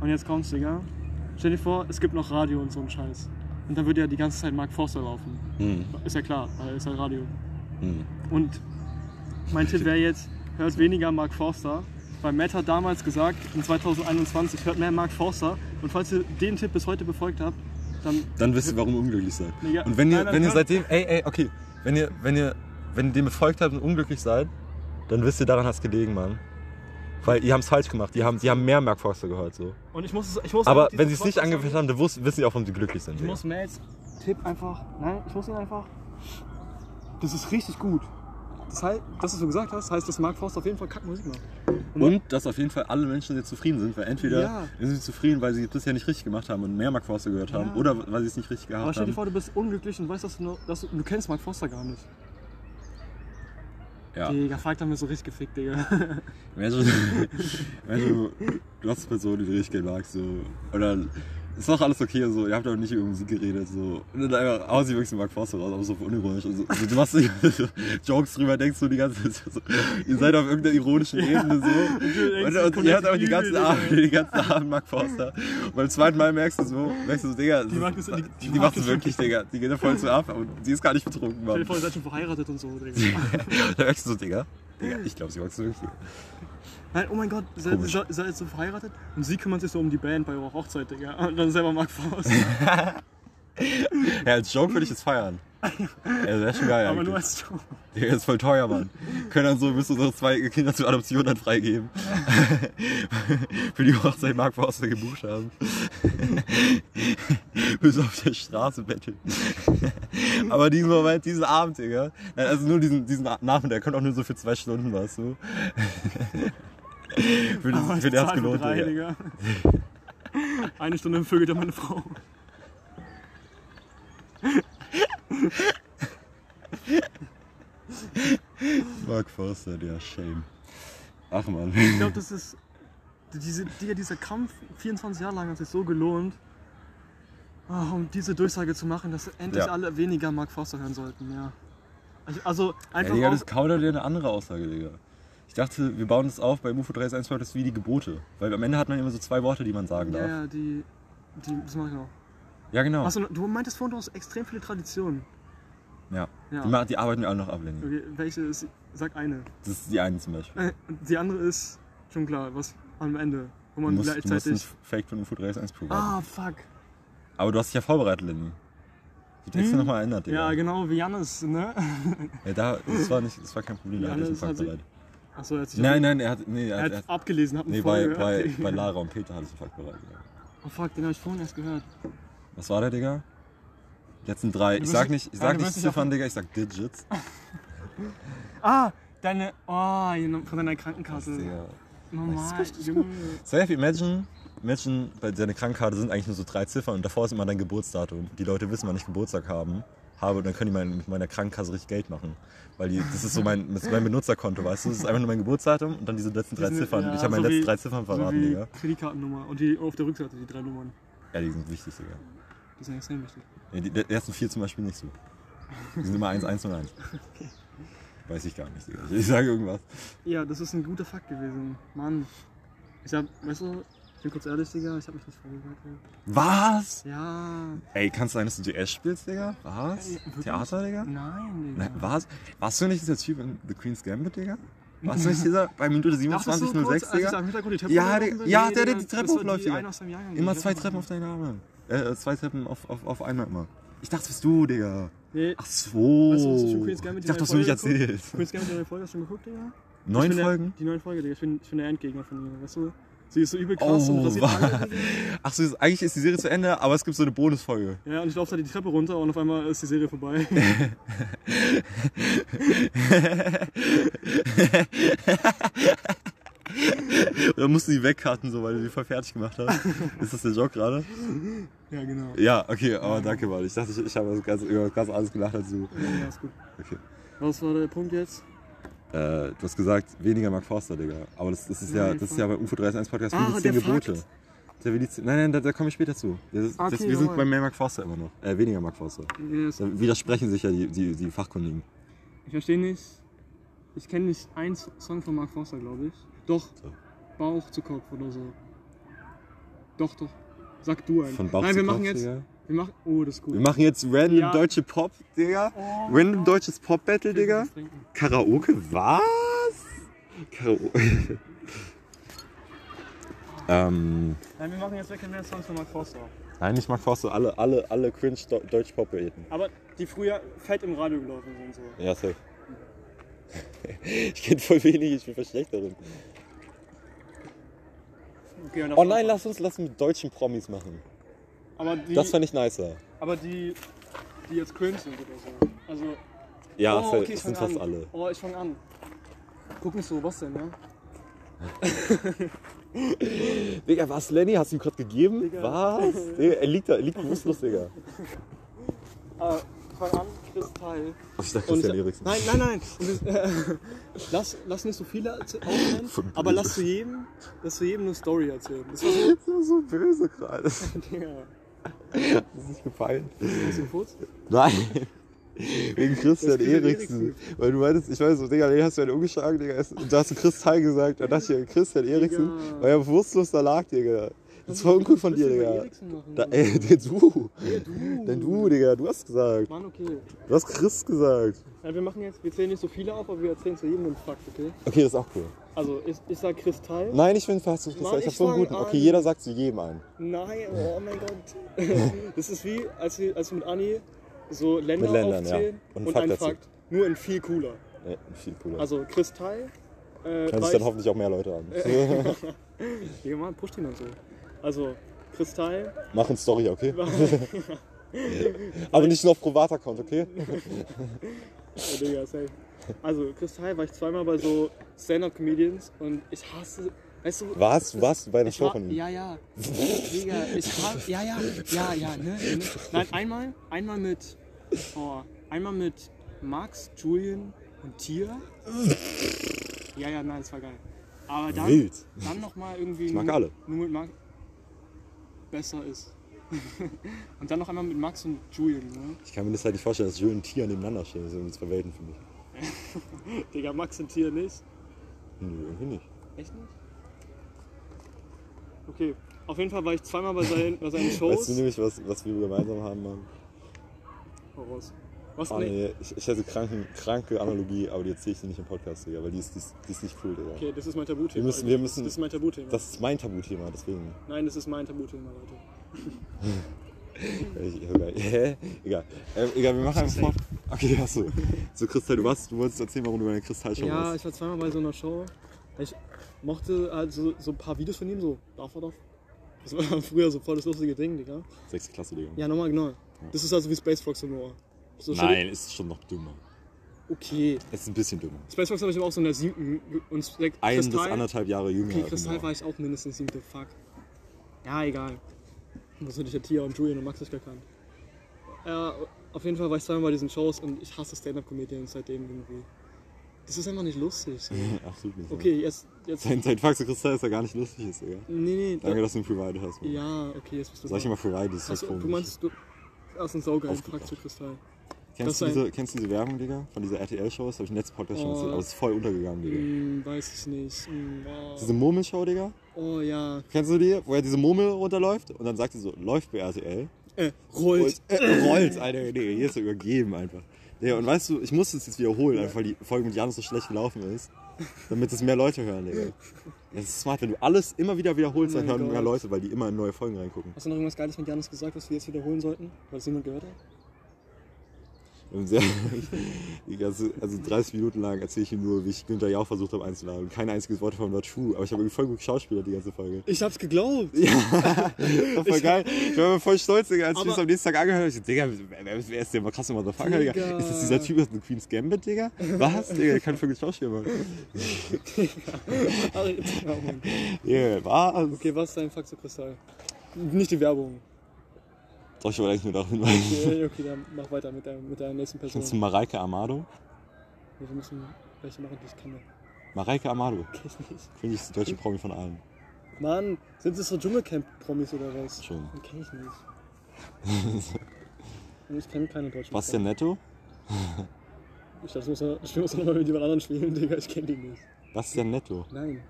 Und jetzt kommt's, Digga. Stell dir vor, es gibt noch Radio und so einen Scheiß. Und dann würde ja die ganze Zeit Mark Forster laufen.
Hm,
Ist ja klar, weil ist ja Radio.
hm.
Und mein Tipp wäre jetzt, hört weniger Mark Forster. Weil Matt hat damals gesagt, in 2021 hört mehr Mark Forster. Und falls ihr den Tipp bis heute befolgt habt, dann
Dann wisst ihr, warum ihr unglücklich seid.
Digga,
Und wenn ihr,
nein, nein,
wenn ihr
hör-
seitdem, ey, ey, okay, wenn ihr, wenn ihr, wenn ihr dem befolgt habt und unglücklich seid, dann wisst ihr, daran hat's gelegen, Mann. Weil ihr haben's falsch gemacht, die haben, die haben mehr Mark Forster gehört, so.
Und ich muss es, ich muss
Aber
auch diese
wenn sie es nicht
Podcast-
angewendet haben, dann wus- wissen sie auch, warum sie glücklich sind.
Ich
Digga.
muss Matts Tipp einfach. Nein, ich muss ihn einfach. Das ist richtig gut. Das heißt, dass du gesagt hast, heißt, dass Mark Forster auf jeden Fall kack Musik macht.
Und dass auf jeden Fall alle Menschen jetzt zufrieden sind, weil entweder
Ja.
sind sie zufrieden, weil sie es bisher nicht richtig gemacht haben und mehr Mark Forster gehört haben
Ja.
oder weil sie es nicht richtig
Aber
gehabt
stell dir
haben.
vor, du bist unglücklich und weißt, dass du, nur, dass du, du kennst Mark Forster gar nicht.
Ja.
Digga, fragt haben wir so richtig gefickt, Digga.
Imagine, imagine, du, du hast eine Person, die du richtig gern magst, so. Oder ist doch alles okay, so. Ihr habt aber nicht über Musik geredet, so. Und dann einfach, aber sie wirkst Mark Forster raus, aber so unironisch. Und so, so, du machst die ganze Zeit Jokes drüber, denkst du die ganze Zeit so. Ihr seid auf irgendeiner ironischen Ebene, so. Und, und ihr hört aber die ganzen Abend, die ganzen Abend Mark Forster. Und beim zweiten Mal merkst du so, merkst du so, Digga, die,
macht es- die-
die,
die
macht
macht
es
es
wirklich, Digga. Die geht da voll zu ab und die ist gar nicht betrunken,
Stell dir
Mann.
vor, ihr seid schon verheiratet und so, Digga.
da merkst du so, Digga, Digga, ich glaube, sie mag es wirklich.
Nein, oh mein Gott, sei,
Komisch.
sei, sei jetzt so verheiratet und sie kümmert sich so um die Band bei ihrer Hochzeit, Digga. Und dann selber Mark Faust.
Ja, als Joke würde ich das feiern. Ja, das wäre schon geil
aber nur
eigentlich.
als Joke.
Digga, ist voll teuer, Mann. Können dann so, müsst unsere zwei Kinder zur Adoption dann freigeben. Für die Hochzeit Mark Forster gebucht haben. Bis auf der Straße betteln. Aber diesen Moment, diesen Abend, Digga. Nein, also nur diesen, diesen Nachmittag, kommt auch nur so für zwei Stunden, weißt du. für
Aber
das, für
ich
den hat's
zahl für
gelohnt,
drei,
Digga.
Digga. Eine Stunde vögelt er meine Frau.
Mark Forster, der Shame. Ach man.
Ich glaube, das ist. Diese, Digga, dieser Kampf 24 Jahre lang hat sich so gelohnt, ah, um diese Durchsage zu machen, dass endlich
Ja.
alle weniger Mark Foster hören sollten, ja. Ich- Also
Ja,
einfach
Digga,
auch,
das kaudert dir eine andere Aussage, Digga. Ich dachte, wir bauen das auf bei UFO 312, das ist wie die Gebote. Weil am Ende hat man immer so zwei Worte, die man sagen
ja,
darf.
ja, die, die, das mach ich noch.
Ja, genau.
Achso, du meintest vorhin, du hast extrem viele Traditionen.
Ja.
Ja. Hm.
Die, ma- die arbeiten wir alle noch ab, Lenny.
Okay, welche ist, sag eine.
Das ist die eine zum Beispiel.
Äh, und Die andere ist schon klar, was am Ende,
Du
wo man
musst, du musst ein
gleichzeitig.
Fake von UFO 312 programm
Ah, fuck.
Aber du hast dich ja vorbereitet, Lenny. Die Texte
Hm?
nochmal erinnert, Digga.
Ja, genau, wie Jannis, ne?
Ja, da, das, war nicht, das war kein Problem, da
Ja,
hatte ich einen
das hat
Fakt
sie-
bereit.
Achso, er hat sich
Nein, nein, er hat. Nee, er
er hat
hat, er hat
abgelesen, hat eine
nee bei,
Folge
bei, bei
gehört.
Lara und Peter hatte ich einen Fakt bereit. Digga.
Oh fuck, den habe ich vorhin erst gehört.
Was war der, Digga? Die letzten drei. Ich
wirst
sag
dich-
nicht, ich
ja,
sag
du
nicht
wirst dich auf-
Ziffern, Digga, ich sag Digits.
Ah, deine. Oh, von deiner Krankenkasse.
Digga.
Normal.
Das ist richtig
Junge.
Safe, imagine, imagine, bei deiner Krankenkarte sind eigentlich nur so drei Ziffern und davor ist immer dein Geburtsdatum. Die Leute wissen, wann ich Geburtstag haben, habe und dann können die mein, mit meiner Krankenkasse richtig Geld machen. Weil die, das ist so mein, das ist mein Benutzerkonto, weißt du? Das ist einfach nur mein Geburtsdatum und dann diese letzten drei
Die sind-
Ziffern.
ja,
ich habe meine
so
letzten
wie-
drei Ziffern
So
verraten,
wie
Digga.
Kreditkartennummer und die auf der Rückseite, die drei Nummern.
Ja, die sind wichtig, Digga.
Die sind extrem wichtig.
Ja, die, die ersten vier zum Beispiel nicht so. Die sind immer 1, 1 und 1. Weiß ich gar nicht, Digga. Ich sage irgendwas.
Ja, das ist ein guter Fakt gewesen. Mann. Ich hab, weißt du, ich bin kurz ehrlich, Digga, ich hab mich nicht vorbereitet.
Was?
Ja.
Ey, kann es sein, dass du DS spielst, Digga? Was?
Ey, wirklich?
Theater, Digga?
Nein, Digga.
Na, warst, Ne, warst du nicht dieser Typ in The Queen's Gambit, Digga?
Mhm.
Warst du nicht dieser bei Minute 2706,
kurz, als ich
Digga?
am Hintergrund die Treppe
Ja,
hochgelaufen
Digga,
bin?
ja, der,
Nee,
der
Digga,
die Treppe
das war die
hochläuft, Digga.
eine aus deinem Jahrgang,
Immer
die
zwei
Treppe
Treppen auf deinen Armen. Äh, zwei Treppen auf, auf, auf einmal immer. Ich dachte, das bist du, Digga.
Nee,
Ach so.
Weißt du, hast du schon Queen's Gambit
ich dachte,
die
das hast du nicht
neue Folge
erzählt.
Queen's Gambit, die neue Folge, hast du schon geguckt, Digga? Ich
Neun
bin der-
Folgen?
Die neuen Folge, Digga. Ich bin, ich bin der Endgegner von ihr, weißt du? Sie ist so übel krass und
Oh,
rasiert alle.
wa- Ach so, ist- eigentlich ist die Serie zu Ende, aber es gibt so eine Bonusfolge.
Ja, und ich laufe da die Treppe runter und auf einmal ist die Serie vorbei.
Und dann musst du die wegkarten, so, weil du die voll fertig gemacht hast. ist das der Joke gerade?
ja, genau.
Ja, okay, aber danke, Mann. Ich dachte, ich, ich habe ganz, über ganz alles gelacht als du.
Ja, ist gut.
Okay.
Was war der Punkt jetzt?
Äh, du hast gesagt, weniger Mark Forster, Digga. Aber das, das, ist, ja,
Nein,
das ist
fuck.
ja beim UFO 301 Podcast
Ah,
wie die zehn
der
Gebote.
Fakt.
Das ist ja wie die zehn- nein, nein, da, da komme ich später zu. Das, ist- das,
Okay,
wir sind
jawohl.
bei mehr Mark Forster immer noch. Äh, weniger Mark Forster.
Ja, ist-
Da widersprechen sich ja die, die, die Fachkundigen.
Ich verstehe nicht. Ich kenne nicht einen S- Song von Mark Forster, glaube ich. Doch.
So.
Bauch zu Kopf oder so. Doch, doch. Sag du einen.
Von Bauch
Nein,
zu
wir
Kopf,
machen jetzt.
Digga.
Wir machen. Oh, das ist gut.
Wir machen jetzt random
Ja.
deutsche Pop, Digga.
Oh,
Random deutsches Pop-Battle,
ich will
Digga.
was trinken.
Karaoke? Was? Karaoke. ähm,
Nein, wir machen jetzt wirklich mehr Songs von Mark Forster.
nein, nicht Mark Forster. Alle, alle, alle cringe Do- deutsch Pop-Poeten.
Aber die früher fett im Radio gelaufen sind so.
Ja, safe. Ich kenne voll wenig, ich bin voll schlecht darin.
Okay, und
Oh nein, lass uns lass uns mit deutschen Promis machen.
Aber die,
Das fand ich nicer.
aber die, die jetzt cringe sind oder so. Also,
Ja,
oh,
safe,
okay, ich
das
fang
sind fast
an.
alle.
Oh, ich fang an. Guck nicht so, was denn, ne? ja?
Digga, was, Lenny? Hast du ihm gerade gegeben?
Digga.
Was? Digga, er liegt da, er liegt bewusstlos, Digga.
Ah, fang an, Kristall.
Oh, ich dachte,
Und-
Christian Eriksen.
Nein, nein, nein. Und das, äh, lass, lass nicht so viele erzäh- aufnehmen,
Von
aber
Böse.
lass zu jedem, lass zu jedem eine Story erzählen. Das war
Das war so böse gerade. Das
so, ja.
ist nicht gefallen.
Hast du kurz?
Nein. Wegen Christian
Das ist Christian
Eriksen. Weil du meintest, ich weiß so, Digga, Lenny, hast du einen umgeschlagen, Digga. Und da hast du Christian gesagt. Da dachte ich, ja, Christian Eriksen,
Digga.
weil er bewusstlos da lag, Digga. Das ist voll uncool von
Willst
dir,
du über
Digga.
Eriksen machen?
Da, äh, ey, der du.
Ja, du.
Denn du, Digga, du hast gesagt.
Mann, okay.
Du hast Chris gesagt.
Ja, wir machen jetzt, wir zählen nicht so viele auf, aber wir erzählen zu jedem einen Fakt, okay?
Okay, das ist auch cool.
Also, ich, ich sag Kristall.
Nein, ich finde fast nicht
Mann,
Chris. Ich hab
ich
so einen
fang
guten. Okay,
an.
jeder sagt zu jedem einen.
Nein, oh mein Gott. das ist wie, als wir, als wir mit Anni so Länder
Mit Ländern,
aufzählen
ja.
und,
Und
und
Fakt
einen
dazu.
Fakt. Nur in viel cooler.
Äh, viel cooler. Also,
Also Kristall. Äh,
Hören sich
weiß-
dann hoffentlich auch mehr Leute an.
Ja, Mann, pusht ihn dann so. Also, Kristall.
Machen Story, okay? Aber nicht nur auf Privat-Account, okay?
Oh, Digga, safe. Also, Kristall war ich zweimal bei so Stand-Up-Comedians und ich hasse. Weißt du,
Was? Was? Bei einer
ich
Show
ha-
von ihm?
Ja, ja. Digga, ich hasse. Ja, ja. Ja, ja, ne? ne. Nein, einmal. Einmal mit. Oh, einmal mit Max, Julian und Tia. Ja, ja, nein, das war geil. Aber dann.
Wild.
Dann nochmal irgendwie.
mag
nur-
alle.
Nur mit Max. Besser ist. und dann noch einmal mit Max und Julian, ne?
Ich kann mir das halt nicht vorstellen, dass Jö und Tier nebeneinander stehen. Das sind irgendwie zwei Welten für mich.
Digga, Max und Tia nicht.
Nö, Hm, irgendwie nicht.
Echt nicht? Okay. Auf jeden Fall war ich zweimal bei seinen, bei seinen Shows.
Weißt du nämlich, was, was wir gemeinsam haben, Mann?
Hau raus. Was?
Ah,
nee.
nee, ich, ich hätte kranken, kranke Analogie, aber die erzähle ich dir nicht im Podcast, Digga, weil die ist, die ist, die ist nicht cool, Digga.
Okay, das ist mein Tabuthema.
Wir müssen- wir müssen-
Das ist mein Tabuthema.
Das ist mein Tabuthema, deswegen.
Nein, das ist mein Tabuthema, Leute.
Äh, Ich, egal. Hä? Egal. Ähm, egal, wir machen einfach fort. Okay, achso. So, Kristall, du warst, du wolltest erzählen, warum du bei der Kristallschau
Ja,
warst.
ich war zweimal bei so einer Show. Ich mochte also so ein paar Videos von ihm, so darf er doch. Das war früher so voll das lustige Ding, Digga.
Sechste Klasse, Digga.
Ja, nochmal genau. Das ist also wie Space Fox und Noah. So stell-
Nein, ist schon noch dümmer.
Okay.
Es ist ein bisschen dümmer.
Space Fox habe ich aber auch so in der siebten und Sek-
Ein bis
Kristall.
anderthalb Jahre jünger.
Okay,
als
Kristall
Noah.
war ich auch mindestens siebte, fuck. Ja, egal. Was hätte ich ja Tia und Julian und Max nicht gekannt. Ja, auf jeden Fall war ich zweimal bei diesen Shows und ich hasse Stand-Up-Comedians seitdem irgendwie. Das ist einfach nicht lustig. So.
Absolut nicht.
Okay, jetzt. jetzt nee,
Sein, sein Fax zu Kristall ist ja gar nicht lustig, ist, Digga.
nee.
Danke, dass du ihn provided hast. Mann.
ja, okay, jetzt bist du.
Sag ich
dran.
immer provided, ist
Hast
so
du,
komisch.
du meinst, du hast einen saugeilen
Aufgebracht.
Fakt zu Kristall. das
kennst, du
ist ein-
diese, kennst du diese Werbung, Digga? Von dieser RTL-Show? Das habe ich im letzten Podcast schon
Oh.
erzählt, aber es ist voll untergegangen, Digga.
Hm, weiß ich nicht. Hm,
Diese
wow.
Murmelshow, Digga?
Oh ja.
Kennst du die? Wo er diese Murmel runterläuft und dann sagt sie so, läuft bei RTL.
Äh,
Und,
rollt.
äh, rollt, Alter. Nee, hier ist er übergeben einfach. Digga, und weißt du, ich musste es jetzt wiederholen, einfach weil die Folge mit Janus so schlecht gelaufen ist. Damit es mehr Leute hören, Digga. Das ist smart, wenn du alles immer wieder wiederholst,
Oh
dann
mein
hören mehr
Gott.
Leute, weil die immer in neue Folgen reingucken.
Hast du noch irgendwas Geiles mit Janis gesagt, was wir jetzt wiederholen sollten? Weil es niemand gehört hat?
Und sehr- die ganze, also 30 Minuten lang erzähle ich ihm nur, wie ich Günther Jauch versucht habe einzuladen. Kein einziges Wort davon war true, aber ich habe irgendwie voll gut geschauspielert die ganze Folge.
Ich hab's geglaubt.
Das war voll geil. Ich war immer voll stolz, Digga, als ich
Aber-
mir das am nächsten Tag angehört habe. Ich so, Digga, wer, wer- wer ist der krasse Motherfucker, Digga?
Digga.
Ist das dieser Typ aus dem Queen's Gambit, Digga? Was? Digga, der kann voll gut schauspielern. Mann. Digga,
okay,
was?
was ist dein Fakt zu Kristall? Nicht die Werbung.
Doch, ich wollte eigentlich nur darauf hinweisen.
Okay, okay dann mach weiter mit der, mit der nächsten Person.
Kennst du Mareike Amado?
Wir müssen welche machen, die ich kenne.
Mareike Amado.
Kenn ich nicht.
Finde ich die deutsche Promi von allen.
Mann, sind das so Dschungelcamp-Promis oder was?
Schon.
Den kenn ich nicht. Und ich kenne keine deutschen
Bastian Netto?
Promis. Ich dachte, ich muss, noch- ich muss nochmal mit jemand anderem spielen, Digga. Ich kenne die nicht.
Bastian Netto.
Nein.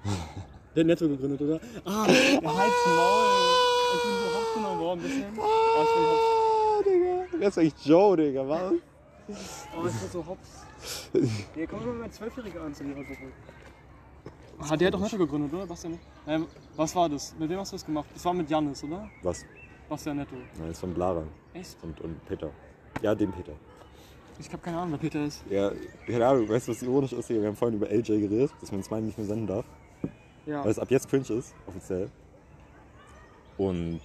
Der hat Netto gegründet, oder? Ah, der halt's Maul. Ich bin so hochgenommen worden, ein bisschen. Ah, ich bin hops.
Ah, Digga. Wer ist eigentlich Joe, Digga? Was?
Oh, ich bin so hops. Hier kommen immer mehr Zwölfjährige an zu ihrer Gruppe. Hat Ah, der doch Netto gegründet, oder? Bastian Netto? Nein, was war das? Mit wem hast du das gemacht? Das war mit Janis, oder?
Was?
Bastian Netto.
Nein, ist von Blaran
Echt?
und, und Peter. Ja, dem Peter.
Ich hab keine Ahnung, wer Peter ist.
Ja, keine Ahnung, weißt du, was ironisch ist? Digga? Wir haben vorhin über LJ geredet, dass man das meinen nicht mehr senden darf.
Ja.
Weil es ab jetzt cringe ist, offiziell. Und.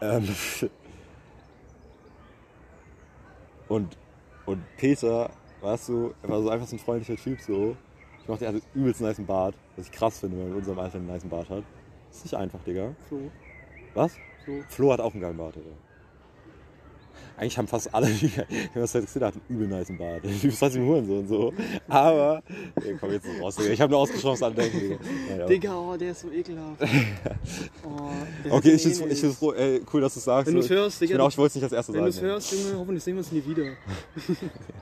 Ähm, und. Und Peter, weißt du, er war so einfach so ein freundlicher Typ so. Ich dachte, er hatte übelst einen niceen Bart, was ich krass finde, wenn man in unserem Alter einen niceen Bart hat. Ist nicht einfach, Digga.
Flo.
Was?
Flo.
Flo hat auch einen geilen Bart, Digga. Eigentlich haben fast alle, die die wir das jetzt gesehen haben, einen übel niceen Bart. Du bist halt im Hurensohn so. Aber, ey, komm jetzt nicht raus, Digga. Ich habe nur ausgesprochen, was alle denken, Digga. Naja.
Digga, oh, der ist so ekelhaft. oh, der
Okay, ich
ist
find's, ich find's froh, ey, cool, dass du sagst.
Wenn du's hörst,
ich
Digga,
bin auch, ich wollte es nicht als erster
Wenn du
sagen. ne?
es hörst, Junge, hoffentlich sehen wir uns nie wieder.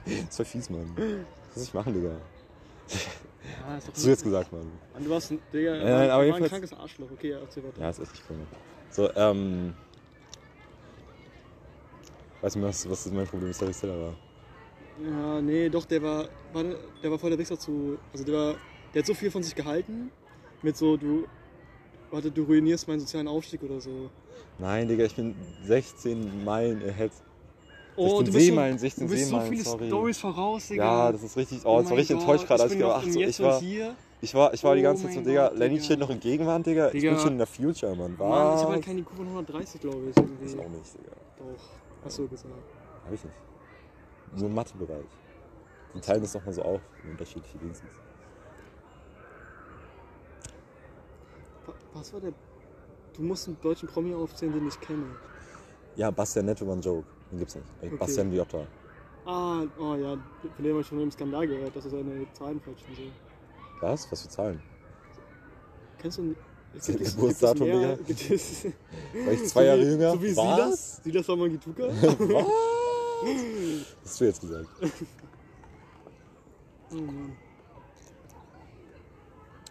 Das ist voll fies, Mann. Das muss ich machen, Digga.
Ja, ist doch
Hast du jetzt gesagt, Mann.
Mann, du warst ein, Digga,
nein, aber
war ein
jedenfalls-
krankes Arschloch. Okay, ja, erzähl weiter.
Ja, ist echt nicht cool. So, ähm. Weiß nicht mehr, was, was mein Problem mit Harry Styler war.
Ja, nee, doch, der war, war der war voll der Wichser zu. Also der war. Der hat so viel von sich gehalten. Mit so, du. Warte, du ruinierst meinen sozialen Aufstieg oder so.
Nein, Digga, ich bin 16 Meilen ahead.
Oh,
16
du bist,
Seemeilen,
so,
16
du bist so
Seemeilen,
viele
sorry.
Stories voraus, Digga.
Ja, das ist richtig. Oh, das war
mein
richtig
Gott,
enttäuscht gerade, als ich
bin noch
gedacht
im
so,
Jetzt
ich
und
war,
Hier.
ich war, ich war die
Oh
ganze
mein
Zeit so, Digga,
Gott,
Lenny
Digga.
steht noch in Gegenwart, Digga. Ich
Digga.
bin schon in der Future, Mann. Was?
Mann, ich habe halt keinen IQ von 130, glaube ich. Irgendwie.
Ich auch nicht, Digga.
Doch, hast du gesagt.
Hab ich nicht. Nur im Mathebereich. Die teilen das nochmal so auf, in unterschiedliche Dienstens.
Wa- Was war der. Du musst einen deutschen Promi aufzählen, den ich kenne.
Ja, Bastian Netto war ein Joke. Den gibt's nicht. Ey,
Okay.
Bastian Viotta.
Ah, oh ja, von dem habe ich schon im Skandal gehört, dass er seine Zahlen falsch und so.
Was? Was für Zahlen?
Kennst du nicht?
Sein Geburtsdatum,
mehr-
Digga?
gibt es-
War ich zwei Jahre
so wie,
jünger?
So wie
Was?
Silas? Silas war Mangituka?
Was? Das hast du jetzt gesagt.
oh Mann.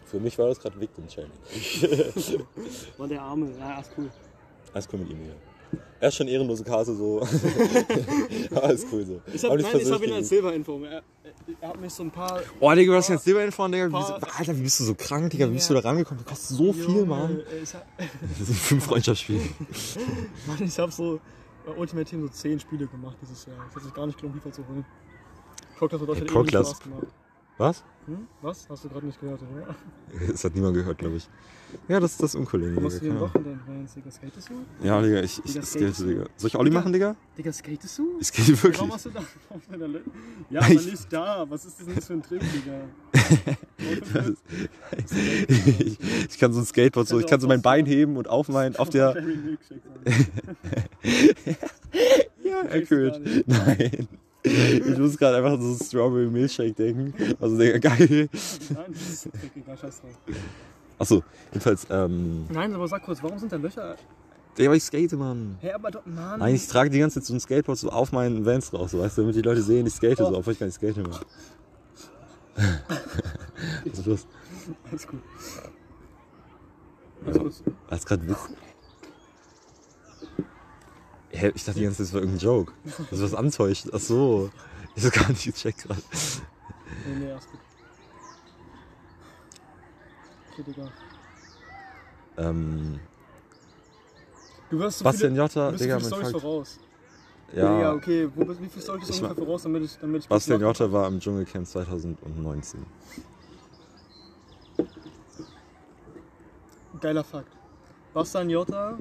Für mich war das gerade Victim Shaming.
Mann, der Arme. Ja, ist cool.
Alles cool mit ihm hier. Er ist schon ehrenlose Kase so. Alles cool so.
Ich hab,
Aber nicht
nein, ich habe ihn
persönlich
als Silber inform. Er, er, er hat mich so ein paar.
Oh, Digga, du hast jetzt Silber hinfahren, Digga.
Paar-
Wie bist- Alter, wie bist du so krank, Digga? Wie bist du da
Ja.
rangekommen? Du kostet so viel,
Junge,
Mann.
äh, Ich, hab-
Das sind fünf Freundschaftsspiele.
Mann, ich habe so bei Ultimate Team so 10 Spiele gemacht dieses Jahr. Das hat sich gar nicht gelohnt, FIFA zu holen. Proclass hat Deutschland
Ey,
eh nicht
Proclass.
Spaß gemacht.
Was?
Hm? Was? Hast du gerade nicht gehört, oder?
Das hat niemand gehört, glaube ich. Ja, das ist das Unkollege,
Warum hast
Digga.
du den
keine Ahnung.
Wochenende rein, Digga? Skatest du?
Ja, Digga, ich, ich
Digga,
das geht,
Skate.
Digga. Soll ich Olli
Digga.
machen, Digga?
Digga, skatest du?
Ich gehe wirklich.
Warum hast du da auf deiner Liste? Ja,
Ich-
aber nicht da. Was ist das denn jetzt für ein Trick, Digga?
ich, ich kann so ein Skateboard so, ich kann so mein Bein heben und auf mein, auf der.
Cherry Milkshake sagen.
Ja,
kriegst du gar
erkühlt. Nein. Ich muss gerade einfach an so einen Strawberry Milkshake denken. Also, Digga, geil.
Nein, das ist ein Trick, Digga. Scheiß drauf.
Achso, jedenfalls, ähm.
Nein, aber sag kurz, warum sind da Löcher?
Digga, weil ich skate, Mann.
Hä, aber doch, Mann.
Nein, ich trage die ganze Zeit so ein Skateboard so auf meinen Vans drauf, so, weißt du, damit die Leute sehen, ich skate so, obwohl ich gar nicht skate mehr. Was ist los?
Alles gut. Alles kurz.
War das gerade ein Witz? Hä, ich dachte die ganze Zeit, das war irgendein Joke. Das ist was antäuscht. Ach so. Ich hab gar nicht gecheckt gerade.
Nee, nee, alles gut. Okay, Digga.
Ähm,
Du wirst so
Bastian
viele, du
Jotta,
wirst so
Digga,
viele
man
Stories
fragt.
voraus. Digga,
Ja,
okay, wo, bist- wie viele Stories bist du
Ich war-
ungefähr voraus, damit ich, damit ich
Bastian Jotta war im Dschungelcamp 2019.
Geiler Fakt. Bastian Jotta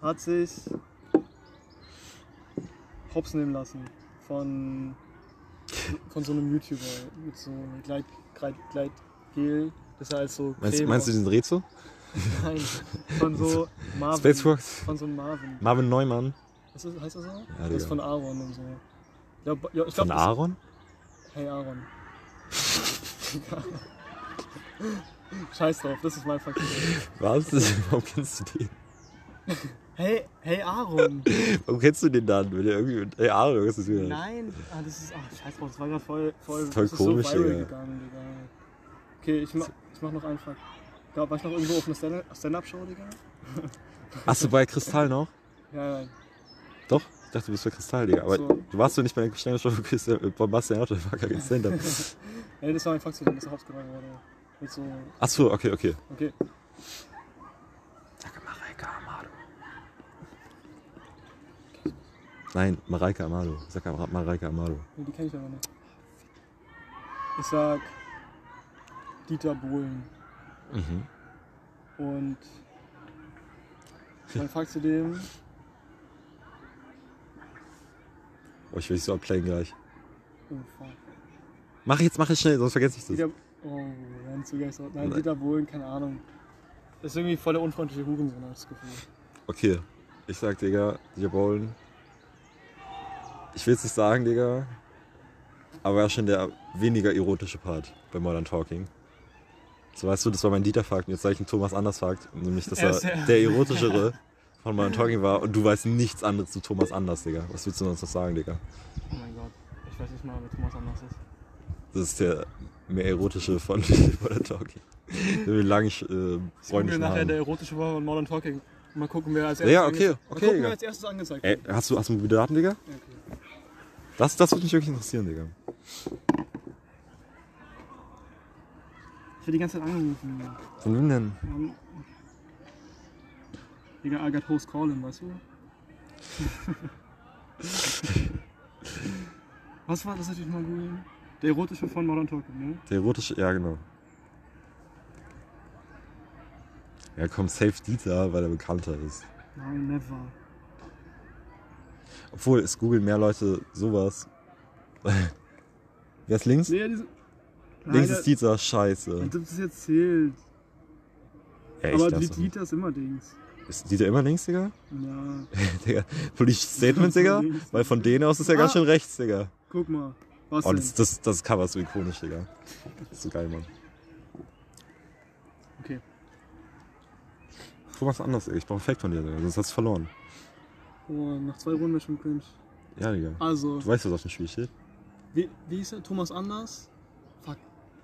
hat sich Hops nehmen lassen von, von so einem YouTuber mit so einem Gleit, Gleit, Gleitgel, das er als so
Meinst,
Creme
meinst du diesen Rezo?
Nein, von so Marvin.
Spacewalks?
Von so Marvin.
Marvin Neumann.
Ist das, heißt das so? das
Digga.
ist von Aaron und so. Ja, ba- ja, ich glaub,
Von
das-
Aaron?
Hey Aaron. Scheiß drauf, das ist mein Fakt.
Was? Warum kennst du den?
Hey, hey Aaron.
Warum kennst du den dann? Wenn der irgendwie. Ey, Aaron, was ist das wieder?
Nein, ah, das ist. Ah, scheiß drauf, das war gerade voll, voll,
Das ist voll
das
komisch,
ist so viral
Digga.
gegangen, Digga. Okay, ich mach, ich mach noch einen Fakt. Ja, war ich noch irgendwo auf einer Stand- Stand-Up-Show, Digga?
Hast du bei Kristall noch?
Ja, ja.
Doch, ich dachte, du bist bei Kristall, Digga. Aber
So.
du warst doch nicht bei der Sternshow von Christian- äh, von Bastian Jotta, war gar kein Stand-up.
Ey, das war mein Fakt zu dem, dass er hops genommen wurde. Mit so.
Achso, okay, okay.
Okay.
Mareike Amado. Nein, Mareike Amado. Sag mal Mareike Amado.
Nee, die kenne ich aber nicht. Ich sag Dieter Bohlen.
Mhm.
Und mein Fakt zu dem,
Oh, ich will dich so abplayen gleich.
oh fuck,
Mach jetzt, mach jetzt schnell, sonst vergesse ich das.
Dieter, oh, dann zugeistert. Nein,
Nein.
Dieter Bohlen, keine Ahnung. Das ist irgendwie voll der unfreundliche Hurensohn, hab ich das Gefühl.
Okay. Ich sag, Digga, Dieter Bohlen. Ich will's nicht sagen, Digga. Aber ja schon der weniger erotische Part bei Modern Talking. So weißt du, das war mein Dieter-Fakt und jetzt sag ich einen Thomas Anders-Fakt, nämlich dass
Er
er
ist der-
der erotischere von Modern Talking war und du weißt nichts anderes zu Thomas Anders, Digga. Was willst du uns noch sagen, Digga?
Oh mein Gott, ich weiß nicht mal, wer Thomas Anders ist.
Das ist der Mehr erotische von Modern Talking. Wie lange ich äh,
Gucken wir
Freunde
nachher der
habe.
erotische Woche von Modern Talking. Mal gucken, wer als erstes,
Ja,
ange-
okay,
mal
okay,
gucken,
Digga.
wer als erstes angezeigt
Ey,
wird.
hast du, hast du wieder Daten, Digga?
Okay.
Das, das würde mich wirklich interessieren, Digga.
Ich werde die ganze Zeit angerufen.
Von wem denn?
Ähm, Digga, I got host calling, weißt du? Was war das natürlich mal googeln? Der erotische von Modern Talking, ne?
Der erotische, ja genau. Ja komm, safe Dieter, weil er bekannter ist.
Nein, never.
Obwohl, es googeln mehr Leute sowas. Wer ist links?
Nee, diese.
links ist Dieter, scheiße.
Das ist jetzt zählt.
Ja,
Aber
darf's
die
doch
Dieter ist immer Dings.
nicht. Ist Dieter immer links, Digga?
Ja.
Digga, politisches Statement, Digga?
Links.
Weil von denen aus ist er
Ah.
ganz schön rechts, Digga.
Guck mal. Was
Oh,
denn?
das, das, das Cover ist so ikonisch, Digga. Das ist so geil, Mann.
Okay.
Du machst anders, ey. Ich brauch einen Fake von dir, Digga. Sonst hast du verloren.
Oh, nach zwei Runden ist schon cringe.
Ja, Digga.
Also,
Du weißt, was auf dem Spiel steht.
wie, wie hieß er? Thomas Anders? Fuck.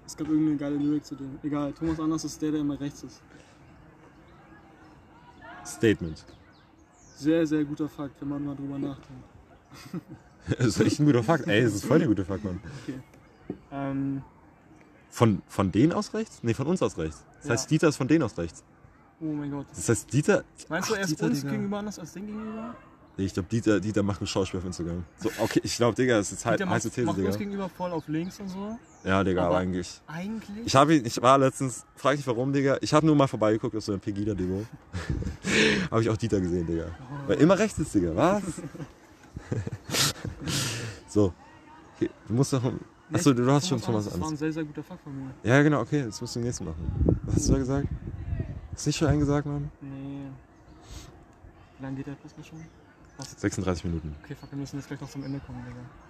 Es gab irgendeine geile Lyric zu dem. Egal, Thomas Anders ist der, der immer rechts ist.
Statement.
Sehr, sehr guter Fakt, wenn man mal drüber nachdenkt.
Das ist echt ein guter Fakt. Ey, das ist voll der gute Fakt, Mann.
Ähm,
Von, von denen aus rechts? Nee, von uns aus rechts. Das
Ja.
heißt, Dieter ist von denen aus rechts.
oh mein Gott.
Das heißt, Dieter.
Meinst du,
Ach,
er ist
Dieter,
uns
Digga.
gegenüber anders als den gegenüber?
Nee, ich glaube, Dieter, Dieter macht ein Schauspiel auf Instagram. So, okay, ich glaube, Digga, das ist jetzt he-
Dieter macht,
heiße These,
macht uns
Digga.
gegenüber voll auf links und so.
Ja, Digga, aber
Aber-
eigentlich.
Eigentlich?
Ich habe ihn, ich war letztens, frag dich warum, Digga. Ich habe nur mal vorbeigeguckt auf so einer Pegida-Demo. habe ich auch Dieter gesehen, Digga. Weil immer rechts ist, Digga, was? so. Okay, du musst noch. Achso, du hast schon Thomas
Das war
Anders.
ein sehr, sehr guter Fakt von mir.
Ja, genau, okay, das musst du nächsten machen. Was hast du da gesagt? Hast du nicht schon einen gesagt, Mann?
Nee. Wie lange geht der Podcast schon? Was?
36 Minuten.
Okay, fuck, wir müssen jetzt gleich noch zum Ende kommen,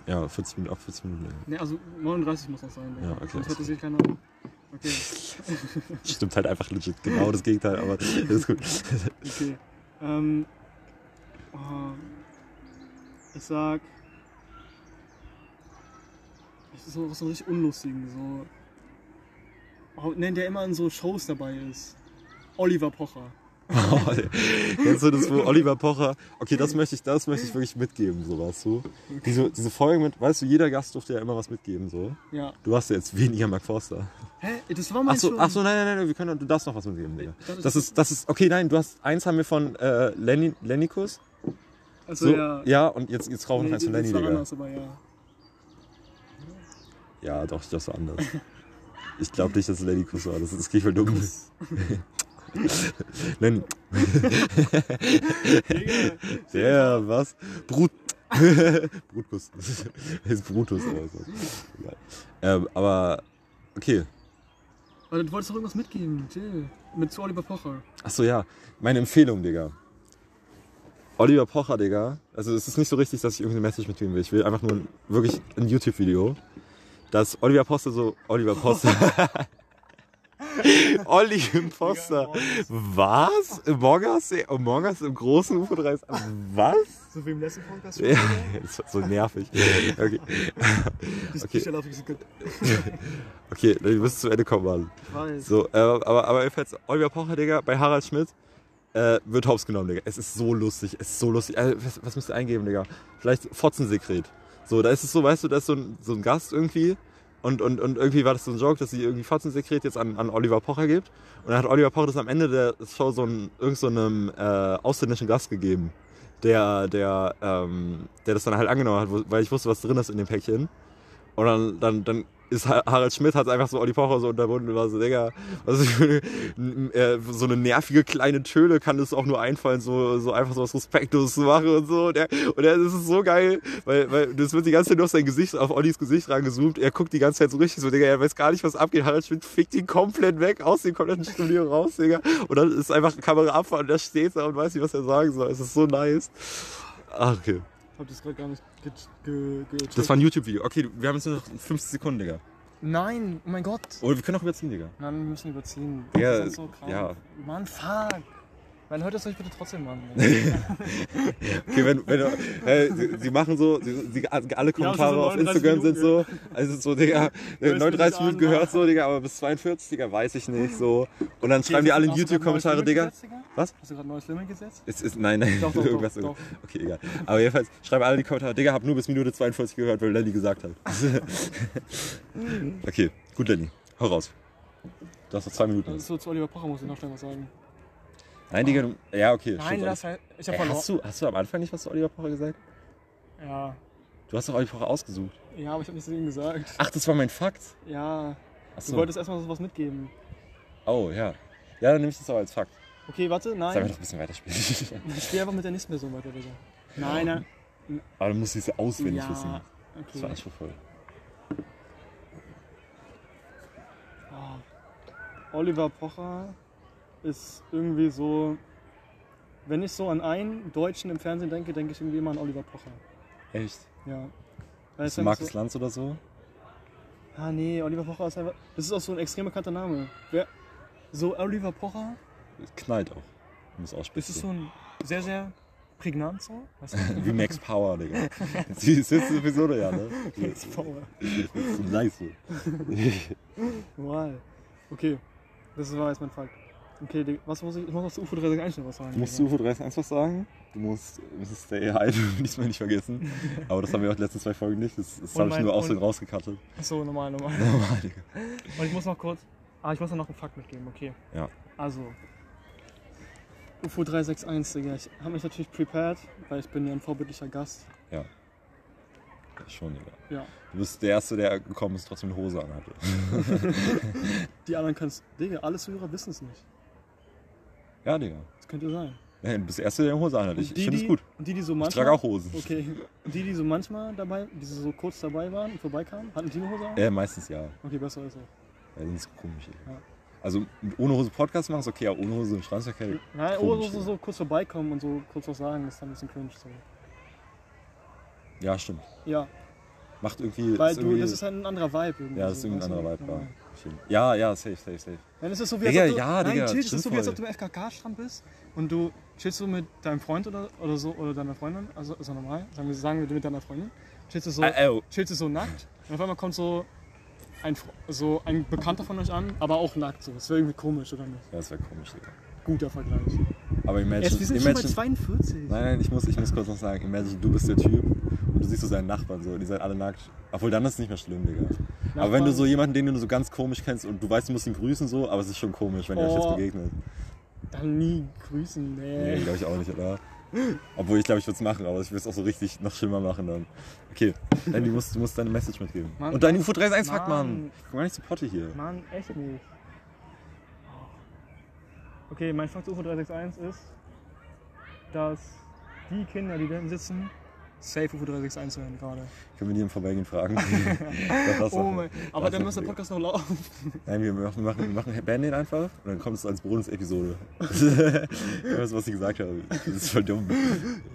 Digga.
Ja, 40 Minuten, ab 40 Minuten. länger.
Ne, also 39 muss das sein, Digga.
Ja, okay,
Sonst
alles
hätte sich keiner. Okay,
Stimmt halt einfach legit genau das Gegenteil, aber das ist gut.
okay. Ähm. Oh, ich sag. Das ist so was so richtig unlustigen, so. Oh, ne, der immer in so Shows dabei ist. Oliver Pocher.
Oh, ey. Kennst du das, wo Oliver Pocher, okay, das möchte ich, das möchte ich wirklich mitgeben, so weißt du. Diese, diese Folge mit, weißt du, jeder Gast durfte ja immer was mitgeben, so.
Ja.
Du hast ja jetzt weniger Mark Forster.
Hä? Das war mein
Achso, ach so, nein, nein, nein, wir können, du darfst noch was mitgeben, Digga.
Ich dachte,
Das ist, das ist, okay, nein, du hast, eins haben wir von äh, Lenny, Lennikus.
Also,
So, ja.
ja.
und jetzt, jetzt rauchen wir noch
Nee,
eins von
das
Lenny,
war
Digga.
anders, aber ja.
Ja, doch, das war anders. Ich glaube nicht, dass es Lennikus war, das, das klingt voll dumm. Lenny,
Digga,
Der, was? Brut. Brutus. ist Brutus oder so. Egal. Ähm, aber, okay.
Warte, du wolltest doch irgendwas mitgeben, chill. Mit zu Oliver Pocher.
Achso, ja. Meine Empfehlung, Digga. Oliver Pocher, Digga. Also, es ist nicht so richtig, dass ich irgendeine Message mitgeben will. Ich will einfach nur ein, wirklich ein YouTube-Video. Dass Oliver Poster so. Oliver Poster. Olli Imposter. Was? Among Us? Among Us im großen UFO-3? Was?
So wie im letzten Podcast
Ja, das war so nervig. Okay, okay.
Ich auf diese Kette.
okay du musst zum Ende kommen, Mann.
Ich weiß.
So, äh, aber, aber jedenfalls, Oliver Pocher, Digga, bei Harald Schmidt äh, wird hops genommen, Digga. Es ist so lustig, es ist so lustig. Äh, was, was müsst ihr eingeben, Digga? Vielleicht Fotzensekret. So, da ist es so, weißt du, da ist so ein, so ein Gast irgendwie und, und, und irgendwie war das so ein Joke, dass sie irgendwie Fotzensekret jetzt an, an Oliver Pocher gibt. Und dann hat Oliver Pocher das am Ende der Show so ein, irgend so einem äh, ausländischen Gast gegeben, der, der, ähm, der das dann halt angenommen hat, wo- weil ich wusste, was drin ist in dem Päckchen. Und dann, dann, dann ist Ha- Harald Schmidt hat einfach so Olli Pocher so unterbunden und war so, Digga, also, äh, so eine nervige kleine Töle kann es auch nur einfallen, so, so einfach so was Respektloses zu machen und so. Und, er, und er, das ist so geil, weil, weil das wird die ganze Zeit nur auf sein Gesicht, auf Ollis Gesicht rangezoomt. Er guckt die ganze Zeit so richtig so, Digga, er weiß gar nicht, was abgeht. Harald Schmidt fickt ihn komplett weg, aus dem kompletten Studio raus, Digga. Und dann ist einfach Kamera ab und da steht er und weiß nicht, was er sagen soll. Es ist so nice. Ach, okay.
Ich hab das gerade gar nicht ge ge ge
Das war ein YouTube-Video. Okay, wir haben jetzt nur noch 50 Sekunden, Digga.
Nein, oh mein Gott.
Oder wir können auch überziehen, Digga.
Nein, wir müssen überziehen.
Ja,
Das ist so krank.
ja.
Mann, fuck. Dann hört das euch bitte trotzdem an.
Okay, wenn, wenn, äh, sie, sie machen so, sie, sie, alle Kommentare
so
auf
39
Instagram sind so,
also Minuten.
also so, Digga, äh,
mich
39
an,
Minuten gehört so, Digga, aber bis 42, Digga, weiß ich nicht, so. Und dann schreiben die alle in YouTube-Kommentare, Digga. Was?
Hast du gerade ein neues Limit gesetzt?
Es ist, nein, nein,
Doch, doch, doch,
irgendwas.
doch.
Okay, egal. Aber jedenfalls schreiben alle in die Kommentare, Digga, hab nur bis Minute 42 gehört, weil Lenny gesagt hat.
Mhm.
okay, gut, Lenny, hau raus. Du hast noch zwei Minuten.
Also zu Oliver Pocher muss ich noch schnell was sagen.
Nein, Digga, du, ja, okay.
Nein,
stimmt,
lass halt. Ich hab
Ey,
verloren.
Äh, hast, du, hast du am Anfang nicht was zu Oliver Pocher gesagt?
Ja.
Du hast doch Oliver Pocher ausgesucht.
ja, aber ich hab nichts zu ihm gesagt.
Ach, das war mein Fakt.
Ja,
Ach
du
so.
wolltest erstmal sowas mitgeben.
Oh, ja. Ja, dann nehme ich das auch als Fakt.
Okay, warte,
Sollen wir
nein.
noch ein bisschen weiterspielen?
Ich spiele einfach mit der nächsten Person weiter. Bitte. Nein, nein.
Aber dann musst du es auswendig
ja,
wissen. Das war
Okay.
anspruchsvoll.
Ah. Oliver Pocher ist irgendwie so. Wenn ich so an einen Deutschen im Fernsehen denke, denke ich irgendwie immer an Oliver Pocher.
Echt?
Ja. Weil es
Ist
einfach
Markus
so,
Lanz oder so?
ah nee, Oliver Pocher ist einfach. Das ist auch so ein extrem bekannter Name. Wer, so Oliver Pocher,
Knallt auch. Muss
das ist
aussprechen.
so ein sehr, sehr prägnant so. Weißt
Wie Max Power, Digga. Die ist jetzt sowieso ja, ne?
du? Max Power.
So leise.
Wow. Okay, das war jetzt mein Fakt. Okay, Dig- was muss ich. Ich muss noch zu UFO 361 noch was sagen.
Du musst zu UFO 31 was sagen. Du musst Mrs. Day Hype diesmal nicht vergessen. Aber das haben wir auch die letzten zwei Folgen nicht. Das, das
Und
habe ich
mein-
nur aus
und-
und rausgekattet.
So, normal, normal.
Normal, Digga.
Und ich muss noch kurz. Ah, ich muss noch einen Fakt mitgeben, okay.
Ja.
Also. UFO 361, Digga. Ich habe mich natürlich prepared, weil ich bin ja ein vorbildlicher Gast.
Schon, Digga.
Ja.
Du bist der Erste, der gekommen ist, trotzdem eine Hose anhatte.
Die anderen kannst. Digga, alle Zuhörer wissen es nicht.
Ja, Digga.
Das könnte sein.
Nein, du bist der Äh, Erste, der eine Hose anhat. Ich,
Und die,
ich finde es
die-
gut.
Und die, die so
Ich
manchmal.
trage auch Hosen.
Okay. Und die, die so manchmal dabei, die so kurz dabei waren und vorbeikamen, hatten die eine Hose an?
Äh, meistens ja.
Okay, besser ist auch.
Ja, sonst komisch. Ey.
Ja.
Also mit ohne Hose Podcast machen ist okay, aber ohne Hose im Straßenverkehr.
Nein,
Komisch,
oder so, so, so kurz vorbeikommen und so kurz was sagen, ist dann ein bisschen cringe. So.
Ja, stimmt.
Ja,
Macht irgendwie.
weil
ist
du,
irgendwie
das ist halt ein anderer Vibe. Irgendwie
ja, das ist
so,
irgendwie ein
weißt du?
anderer Vibe.
Ja.
Ja. Stimmt. Ja, ja, safe, safe, safe.
Dann ist es so wie, als
Digga,
ob du,
ja,
nein,
Digga,
chill, das ist so wie, als ob du
stimmt
im FKK-Strand bist und du chillst so mit deinem Freund oder, oder so oder deiner Freundin, also ist ja normal, sagen wir, sagen wir mit deiner Freundin, chillst du so,
Äh, äh,
chillst du so nackt und auf einmal kommt so ein, Fre- so ein Bekannter von euch an, aber auch nackt so. Das wäre irgendwie komisch, oder nicht?
ja, das wäre komisch, Digga.
Guter Vergleich.
Aber Imagine.
Jetzt, wir sind schon bei
imagine
42.
nein, nein, ich muss, ich muss kurz noch sagen, Imagine, du bist der Typ und du siehst so seinen Nachbarn so und die seid alle nackt. Obwohl dann ist es nicht mehr schlimm, Digga. Aber wenn du so jemanden, den du so ganz komisch kennst und du weißt, du musst ihn grüßen so, aber es ist schon komisch, wenn ihr euch jetzt
Oh.
begegnet.
Dann nie grüßen, nee.
Nee, glaube ich auch nicht, oder? Obwohl ich glaube, ich würde es machen, aber ich würde es auch so richtig noch schlimmer machen dann. Okay, Danny, du musst, du musst deine Message mitgeben.
Mann,
Und dein UFO 31 Fakt, Mann.
Mann.
Komm gar nicht zu Potte hier.
Mann, echt nicht. Okay, mein Fakt UFO 361 ist, dass die Kinder, die da hinten sitzen, safe UFO 361 hören gerade.
Können wir die im Vorbeigehen fragen? Doch, das
Oh mein, aber
Das
dann
ist
muss der
mega.
Podcast noch laufen.
Nein, wir machen, wir machen, wir machen Band den einfach und dann kommt es als Bonus-Episode. Irgendwas, was ich gesagt habe. Das ist voll dumm.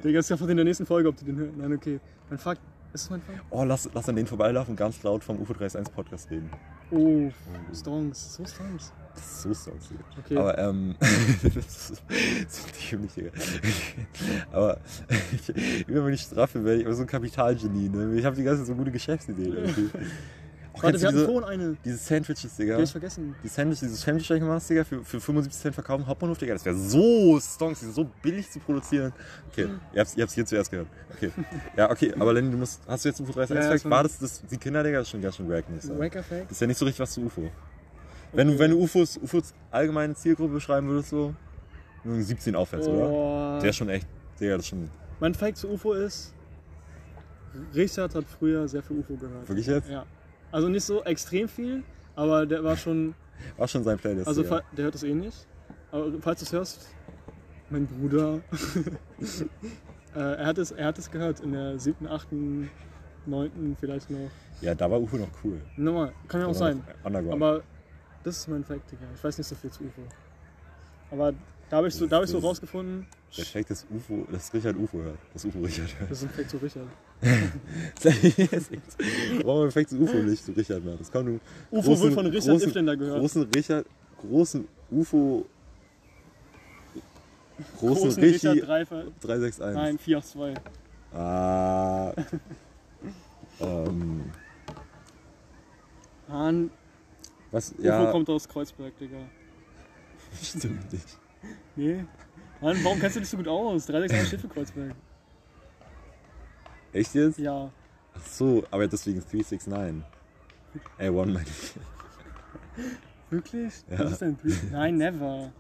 Digga, ist ja von in der nächsten Folge, ob die den hören. Nein, okay. Mein Fakt, ist es mein Fakt?
Oh, lass, lass an den vorbeilaufen und ganz laut vom UFO 31 Podcast reden.
Oh, Strongs, so Strongs.
Das ist so songs, Digga.
Okay.
Aber ähm, das ist so dämlich, Digga. Aber ich, immer wenn ich straffe, werde ich immer so ein Kapitalgenie. Ne? Ich habe die ganze Zeit so gute Geschäftsideen. irgendwie. Auch
Warte,
kennst du
wir hatten
diese,
vorhin eine. Die
diese Sandwiches, Digga.
hab ich vergessen.
Die Sandwich, dieses Sandwich, das du machst, Digga, für, für 75 Cent verkaufen, Hauptbahnhof, Digga. Das wäre so Stonks, die sind so billig zu produzieren. Okay, ihr habt's, ihr habt's hier zuerst gehört. Okay. Ja, okay, aber Lenny, du musst, hast du jetzt UFO 31
Ja,
ja,
ja,
Aspekt?
schon.
War das, das, die Kinder, Digga, das ist schon ganz schön wack, muss ich sagen.
Wacker Fact.
Das ist ja nicht so richtig was zu UFO. Wenn, du, wenn du UFOs, UFOs allgemeine Zielgruppe beschreiben würdest, so nur 17 aufwärts, oder?
Oh.
genau. Der ist schon echt, Digga, das ist schon
Mein Fact zu UFO ist, Richard hat früher sehr viel UFO gehört.
wirklich jetzt?
Ja. Also nicht so extrem viel, aber der war schon.
War schon sein Playlist.
Also
Digga.
fa- der hört das eh nicht. Aber falls du es hörst, mein Bruder. äh, er, hat es, er hat es gehört in der siebten, achten, neunten vielleicht noch.
Ja, da war UFO noch cool.
Nochmal, kann ja auch
Da war
sein.
noch Underground.
Aber das ist mein Fact, Digga. Ich weiß nicht so viel zu UFO. Aber da habe ich, so, da hab ich so rausgefunden,
der Fact ist UFO, dass Richard UFO hört. Das UFO Richard hört.
das ist ein Fact zu Richard.
Warum ein Fact zu UFO nicht zu Richard machen? Das kann nur.
UFO wird von Richard Iffländer gehört.
Großen Richard, großen UFO Großen
Großen Richter,
Richi
drei ver-
361.
Nein, 4 aus 2.
Ah. ähm,
Hahn,
was?
Ufo
Ja,
kommt aus Kreuzberg, Digga.
stimmt nicht.
Nee. Mann, warum kennst du dich so gut aus? 361 steht für Kreuzberg.
Echt jetzt?
Ja.
Ach so, aber deswegen 369. Ey, One meine ich.
Wirklich?
Ja.
Was ist denn Three? Nein, never.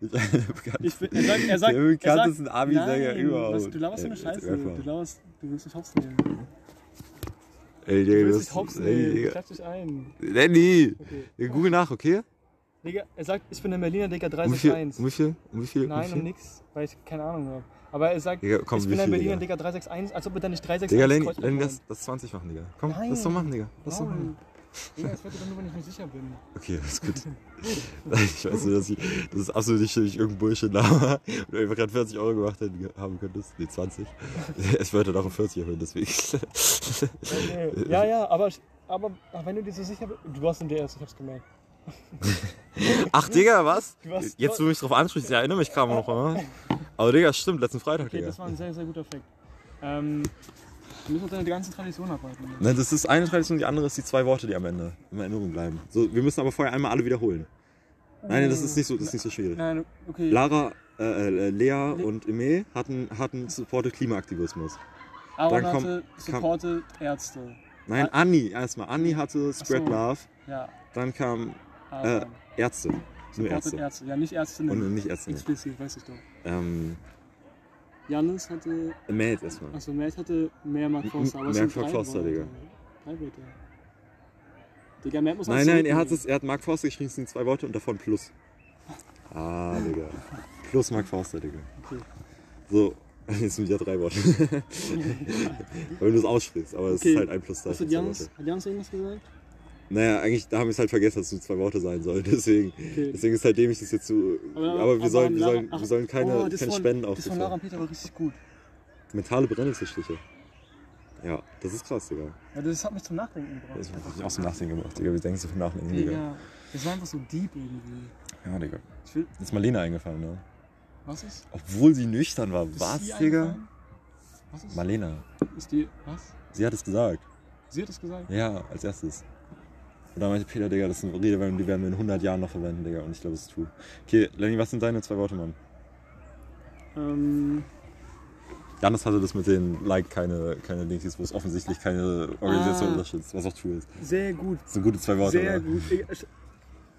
Ist einer der bekanntesten-
Ich bin, er sagt, er sagt,
Der
er
bekanntesten
sagt-
Abi-Sänger
Nein,
überhaupt.
Was, du laberst so eine
Ey,
Scheiße.
rapper.
Du laberst, du willst dich hops nehmen.
Ey,
Du
Digga,
willst dich hops äh,
das, ey,
nehmen. Ich
Digga.
klatsch dich ein.
Lenny!
Okay.
Ja, Google nach, okay?
Digga, er sagt, ich bin der Berliner Digga
Um wie viel? Um
361.
wie viel? Um wie viel?
Nein, um
um wie viel?
nix, weil ich keine Ahnung habe. Aber er sagt,
Digga, komm, um
ich
wie
bin ein
viel,
Berliner
Digga?
Digga 361, als ob wir da nicht
Digga,
361
Lenny,
Kreuz
Lenny
abbauen.
das, das 20 machen, Digga. Komm,
Nein.
lass doch machen, Digga. Lass doch machen.
Maul. Digga, das wird doch nur, wenn ich mir sicher bin.
Okay, alles gut. ich weiß nur, dass ich, das ist absolut nicht schlimm, ich irgendein Bullshit laber und du einfach gerade 40 Euro gemacht hätten- haben könntest. Nee, 20. Ich wollte doch um 40 erhöhen, deswegen. Äh,
Okay. Ja, ja, aber, aber aber wenn du dir so sicher bist. Du warst in DS, ich hab's gemerkt.
Ach, Digga, was?
Du hast-
Jetzt, wo du mich drauf ansprichst, ich erinnere mich gerade noch immer. Aber, Digga, stimmt, letzten Freitag,
Okay,
Digga.
das war ein sehr, sehr guter Fact. Ähm, wir müssen uns an der ganzen Tradition arbeiten.
Nein, Ne, das ist eine Tradition, die andere ist die zwei Worte, die am Ende in Erinnerung bleiben. So, wir müssen aber vorher einmal alle wiederholen. Nein, das ist nicht so, das ist nicht so schwierig.
Nein, okay.
Lara, äh, äh, Lea und Emil hatten, hatten supported Klimaaktivismus.
Aaron
dann komm-
hatte supported Ärzte.
Nein, Anni erstmal. Anni hatte Spread
so.
Love,
Ja,
dann kam äh,
Aaron.
Ärzte. Nur
supported Ärzte.
Ärzte.
Ja, nicht Ärztinnen.
Und nicht Ärzte.
Explizit, weiß ich doch.
Ähm,
Janis hatte.
Mad erstmal.
Achso, Matt hatte mehr Mark
M-
Forster. Aber es
mehr
sind
Mark
drei
Forster,
Worte.
Digga.
Drei Wörter. Digga, Matt muss
Nein,
alles
nein, er hat,
zurücknehmen.
es, er hat Mark Forster geschrieben, es sind zwei Worte und davon Plus. Ah, Digga. Plus Mark Forster, Digga.
Okay.
So, jetzt sind wieder drei Worte. Wenn du es aussprichst, aber es
Okay.
ist halt ein Plus da.
Was hat Janis? Hat Janis irgendwas gesagt?
Naja, eigentlich, da haben wir es halt vergessen, dass es nur zwei Worte sein sollen. Deswegen,
Okay.
deswegen ist halt dämlich, das jetzt zu. Aber, wir, sollen, wir,
Lara-
sollen,
ach,
wir sollen keine,
oh, das
keine
von-
Spenden
Das von Lara
aufrufen.
und Peter war richtig gut.
Mentale Brennnesselstiche. Ja, das ist krass, Digga.
Ja, das hat mich zum Nachdenken gebracht.
Das hat mich auch zum Nachdenken gemacht, Digga. Wir denken so viel Nachdenken, Digga.
Digga, das war einfach so deep irgendwie.
Ja, Digga.
Ich will,
Ist Marlene eingefallen, ne?
was ist?
Obwohl sie nüchtern war.
Ist
was,
sie
Digga?
eingefallen? Was ist?
Marlena.
Ist die, was?
Sie hat es gesagt.
Sie hat das gesagt?
Ja, als erstes. Und da meinte Peter, Digga, das ist eine Redewendung, die werden wir in 100 Jahren noch verwenden, Digga. Und ich glaube, es ist true. Okay, Lenny, was sind deine zwei Worte, Mann?
Ähm,
Janis hatte das mit den Like keine, keine Linkies, wo es offensichtlich keine Organisation
Ah.
unterstützt, was auch true ist.
sehr gut,
Das sind gute zwei Worte,
sehr
oder?
gut. Digga, Ich,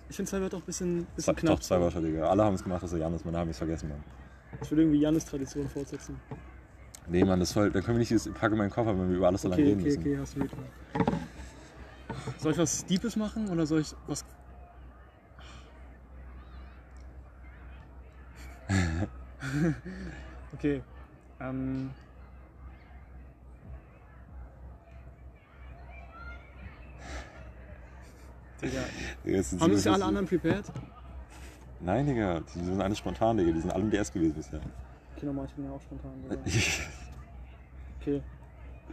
ich finde zwei Wörter auch ein bisschen, bisschen
Zwei,
knapp.
doch, zwei Worte, Digga. Alle haben es gemacht, außer Janis. Meine haben es vergessen, Mann.
Ich will irgendwie Jannes Tradition fortsetzen.
Nee, Mann, das soll, dann können wir nicht dieses Pack in meinen Koffer, wenn wir über alles so lange
Okay,
reden
okay,
müssen.
okay, hast du recht. Soll ich was Deepes machen oder soll ich was... okay, ähm... Digga,
Digga, es sind
haben
so-
sich alle anderen prepared?
Nein, Digga, die sind alle spontan, Digga. Die sind alle im DS gewesen bisher.
Okay, nochmal, ich bin ja auch spontan. Digga. Okay.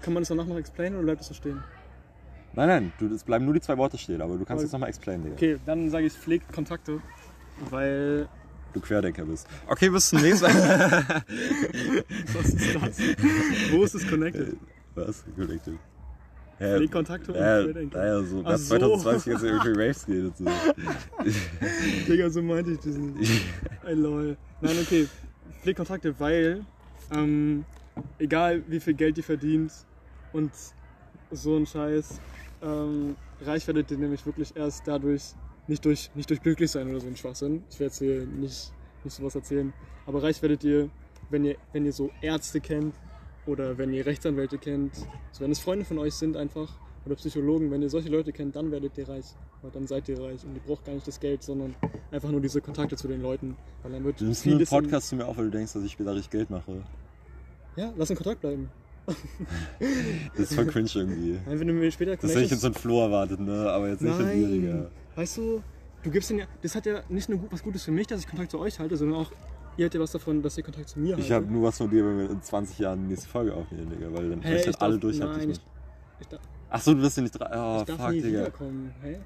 Kann man das danach noch explainen oder bleibt das so stehen?
nein, nein, du, es bleiben nur die zwei Worte stehen, aber du kannst
Voll.
jetzt nochmal explain, Digga.
Okay, dann sage ich pflegt Kontakte, weil
Du Querdenker bist. Okay, bis zum nächsten Mal.
Was ist das? Wo ist es connected?
Was? Connected.
Pflegt Kontakte und
Ja,
Querdenker.
naja, so,
Ach
nach
so.
2020 jetzt irgendwie Raves geht und so.
Digga, so meinte ich diesen. Ey, lol. Nein, okay. Pflegt Kontakte, weil, ähm, egal wie viel Geld ihr verdient und so ein Scheiß, ähm, reich werdet ihr nämlich wirklich erst dadurch, nicht durch, nicht durch glücklich sein oder so ein Schwachsinn. Ich werde jetzt hier nicht, nicht sowas erzählen. Aber reich werdet ihr, wenn ihr, wenn ihr so Ärzte kennt oder wenn ihr Rechtsanwälte kennt, also wenn es Freunde von euch sind einfach oder Psychologen, wenn ihr solche Leute kennt, dann werdet ihr reich. Weil dann seid ihr reich und ihr braucht gar nicht das Geld, sondern einfach nur diese Kontakte zu den Leuten. Weil dann wird
Du nimmst nur einen
vieles im-
Podcast zu mir auf, weil du denkst, dass ich später richtig Geld mache.
Ja, lass in Kontakt bleiben.
Das ist voll cringe irgendwie.
Nein, Wenn du mir später
Das hätte ich jetzt von Flo erwartet, ne? Aber jetzt nicht von dir,
Nein.
Digga.
Weißt du, du gibst den ja. Das hat ja nicht nur gut- was Gutes für mich, dass ich Kontakt zu euch halte, sondern auch, ihr habt ja was davon, dass ihr Kontakt zu mir haltet.
Ich habe nur was von dir, wenn wir in 20 Jahren die nächste Folge aufnehmen, Digga, weil dann
Hä,
hey, ich
ich
halt alle
darf-
durch hab, dich
nein,
nicht.
ich darf-
Achso, du wirst ja nicht drei. Oh,
ich darf
fuck,
nie
Digga.
wiederkommen. Hä?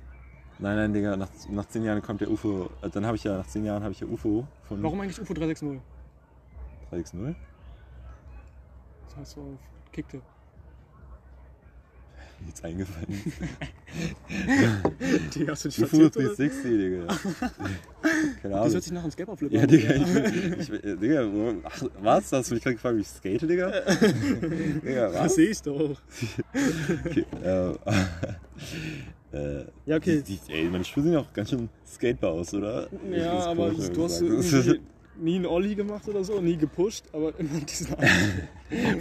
Nein, nein, Digga, nach, nach zehn Jahren kommt der UFO. äh, Dann habe ich ja, nach zehn Jahren habe ich ja UFO von
Warum eigentlich UFO 360?
360.
Das heißt so auf Kicktipp.
Jetzt eingefallen.
Die hast du nicht
UFO
vertippt, oder?
360, Digga. Keine
Das
Ahnung.
hört sich um, nach einem Skateboardflip
Ja,
an.
Digga, ich, bin- ich, bin- äh, Digga, wo- ach, was? Hast du mich gerade gefragt, wie ich skate, Digga? Digga,
Das
was?
sehe ich doch.
Okay, ähm, äh,
Ja, okay.
Die, die, ey, meine Schuhe sehen auch ganz schön skatebar aus, oder? Ich
Ja,
find's
aber
komisch, wenn
du hast
man sagt.
irgendwie nie einen Olli gemacht oder so, nie gepusht, aber immer diesen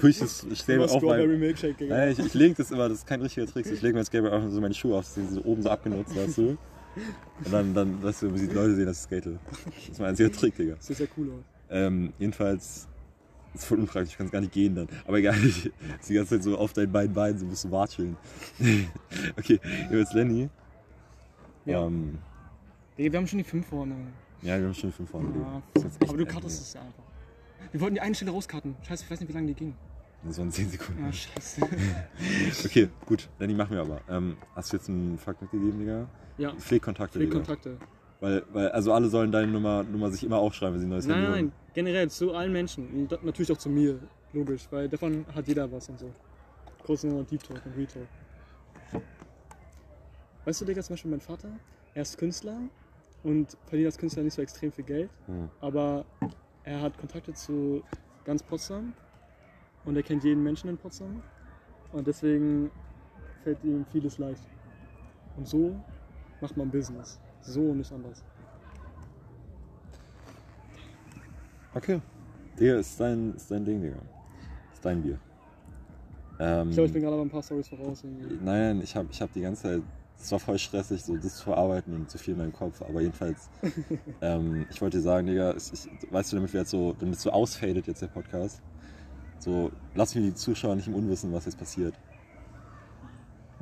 Wo ich das- ich stell mir
immer
auf mein,
Strawberry Milkshake gegangen.
Nein, ich, ich lege das immer, das ist kein richtiger Trick. Ich lege mir als Skateboard einfach so meine Schuhe auf, die sind so oben so abgenutzt, weißt du? Und dann, dann weißt du, wie die Leute sehen, dass ich skate. Das ist mein einziger Trick, Digga.
Das sieht sehr cool aus.
Ähm, jedenfalls, ist voll unpraktisch, ich kann es gar nicht gehen dann. Aber egal, ich die ganze Zeit so auf deinen beiden Beinen, so ein bisschen watscheln. okay, jetzt Lenny.
Ja.
Ähm,
Digga, wir haben schon die 5 vorne.
ja, wir haben schon fünf vorne.
Ja.
gelegt. Das ist jetzt echt
Aber du
ein-
kattest es ja einfach. Wir wollten die eine Stelle rauskarten. Scheiße, ich weiß nicht, wie lange die ging.
Das waren zehn Sekunden.
Ah, scheiße.
Okay, gut, Lenny, machen wir aber. Ähm, hast du jetzt einen Fakt mitgegeben, Digga?
Ja,
Pflegkontakte,
viele
Digga.
Kontakte.
Weil, weil, also alle sollen deine Nummer, Nummer sich immer aufschreiben, wenn sie ein neues
Nein,
Handy
nein,
holen.
generell zu allen Menschen. Und da- natürlich auch zu mir, logisch, weil davon hat jeder was und so. Kurz nochmal Deep Talk und Retalk. Weißt du, Digga, zum Beispiel mein Vater, er ist Künstler und verdient als Künstler nicht so extrem viel Geld,
Hm.
aber er hat Kontakte zu ganz Potsdam und er kennt jeden Menschen in Potsdam und deswegen fällt ihm vieles leicht. Und so macht man Business. So und nicht anders.
Okay. Digga, ist dein, ist dein Ding, Digga. Ist dein Bier. Ähm,
Ich glaube, ich bin gerade aber ein paar Stories voraus. Irgendwie.
Nein, nein, ich habe ich hab die ganze Zeit. Es war voll stressig, so das zu verarbeiten und zu viel in meinem Kopf. Aber jedenfalls, ähm, ich wollte dir sagen, Digga, es- ich, weißt du, damit wir jetzt so, damit es so ausfadet jetzt der Podcast, so lass mir die Zuschauer nicht im Unwissen, was jetzt passiert.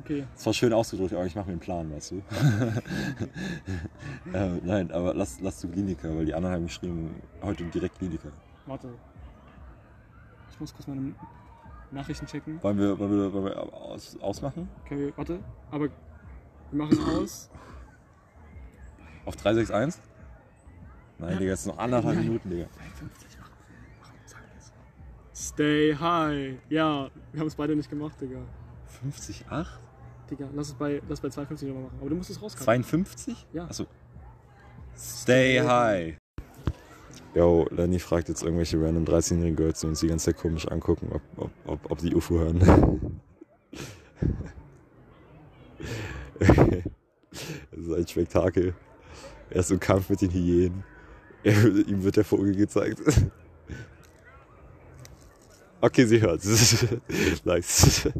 Okay.
Es war schön ausgedrückt, aber ich mache mir einen Plan, weißt du. ähm, nein, aber lass, lass du Kliniker, weil die anderen haben geschrieben, heute direkt Kliniker.
Warte. Ich muss kurz meine Nachrichten checken.
Wollen wir, wollen wir, wollen wir aus, ausmachen?
Okay, wir- warte. Aber wir machen aus.
Auf 361? Nein, Digga, es sind noch anderthalb
Nein.
Minuten, Digga.
Stay high. Ja, wir haben es beide nicht gemacht, Digga.
50, 8?
Digga, lass es bei, lass bei 52 nochmal machen. Aber du musst es rauskommen.
52?
Ja.
Achso. Stay high. Yo, Lenny fragt jetzt irgendwelche random 13-jährigen Girls, die uns die ganze Zeit komisch angucken, ob, ob, ob, ob die UFO hören. das ist ein Spektakel. Er ist im Kampf mit den Hyänen. Er, ihm wird der Vogel gezeigt. Okay, sie hört. nice.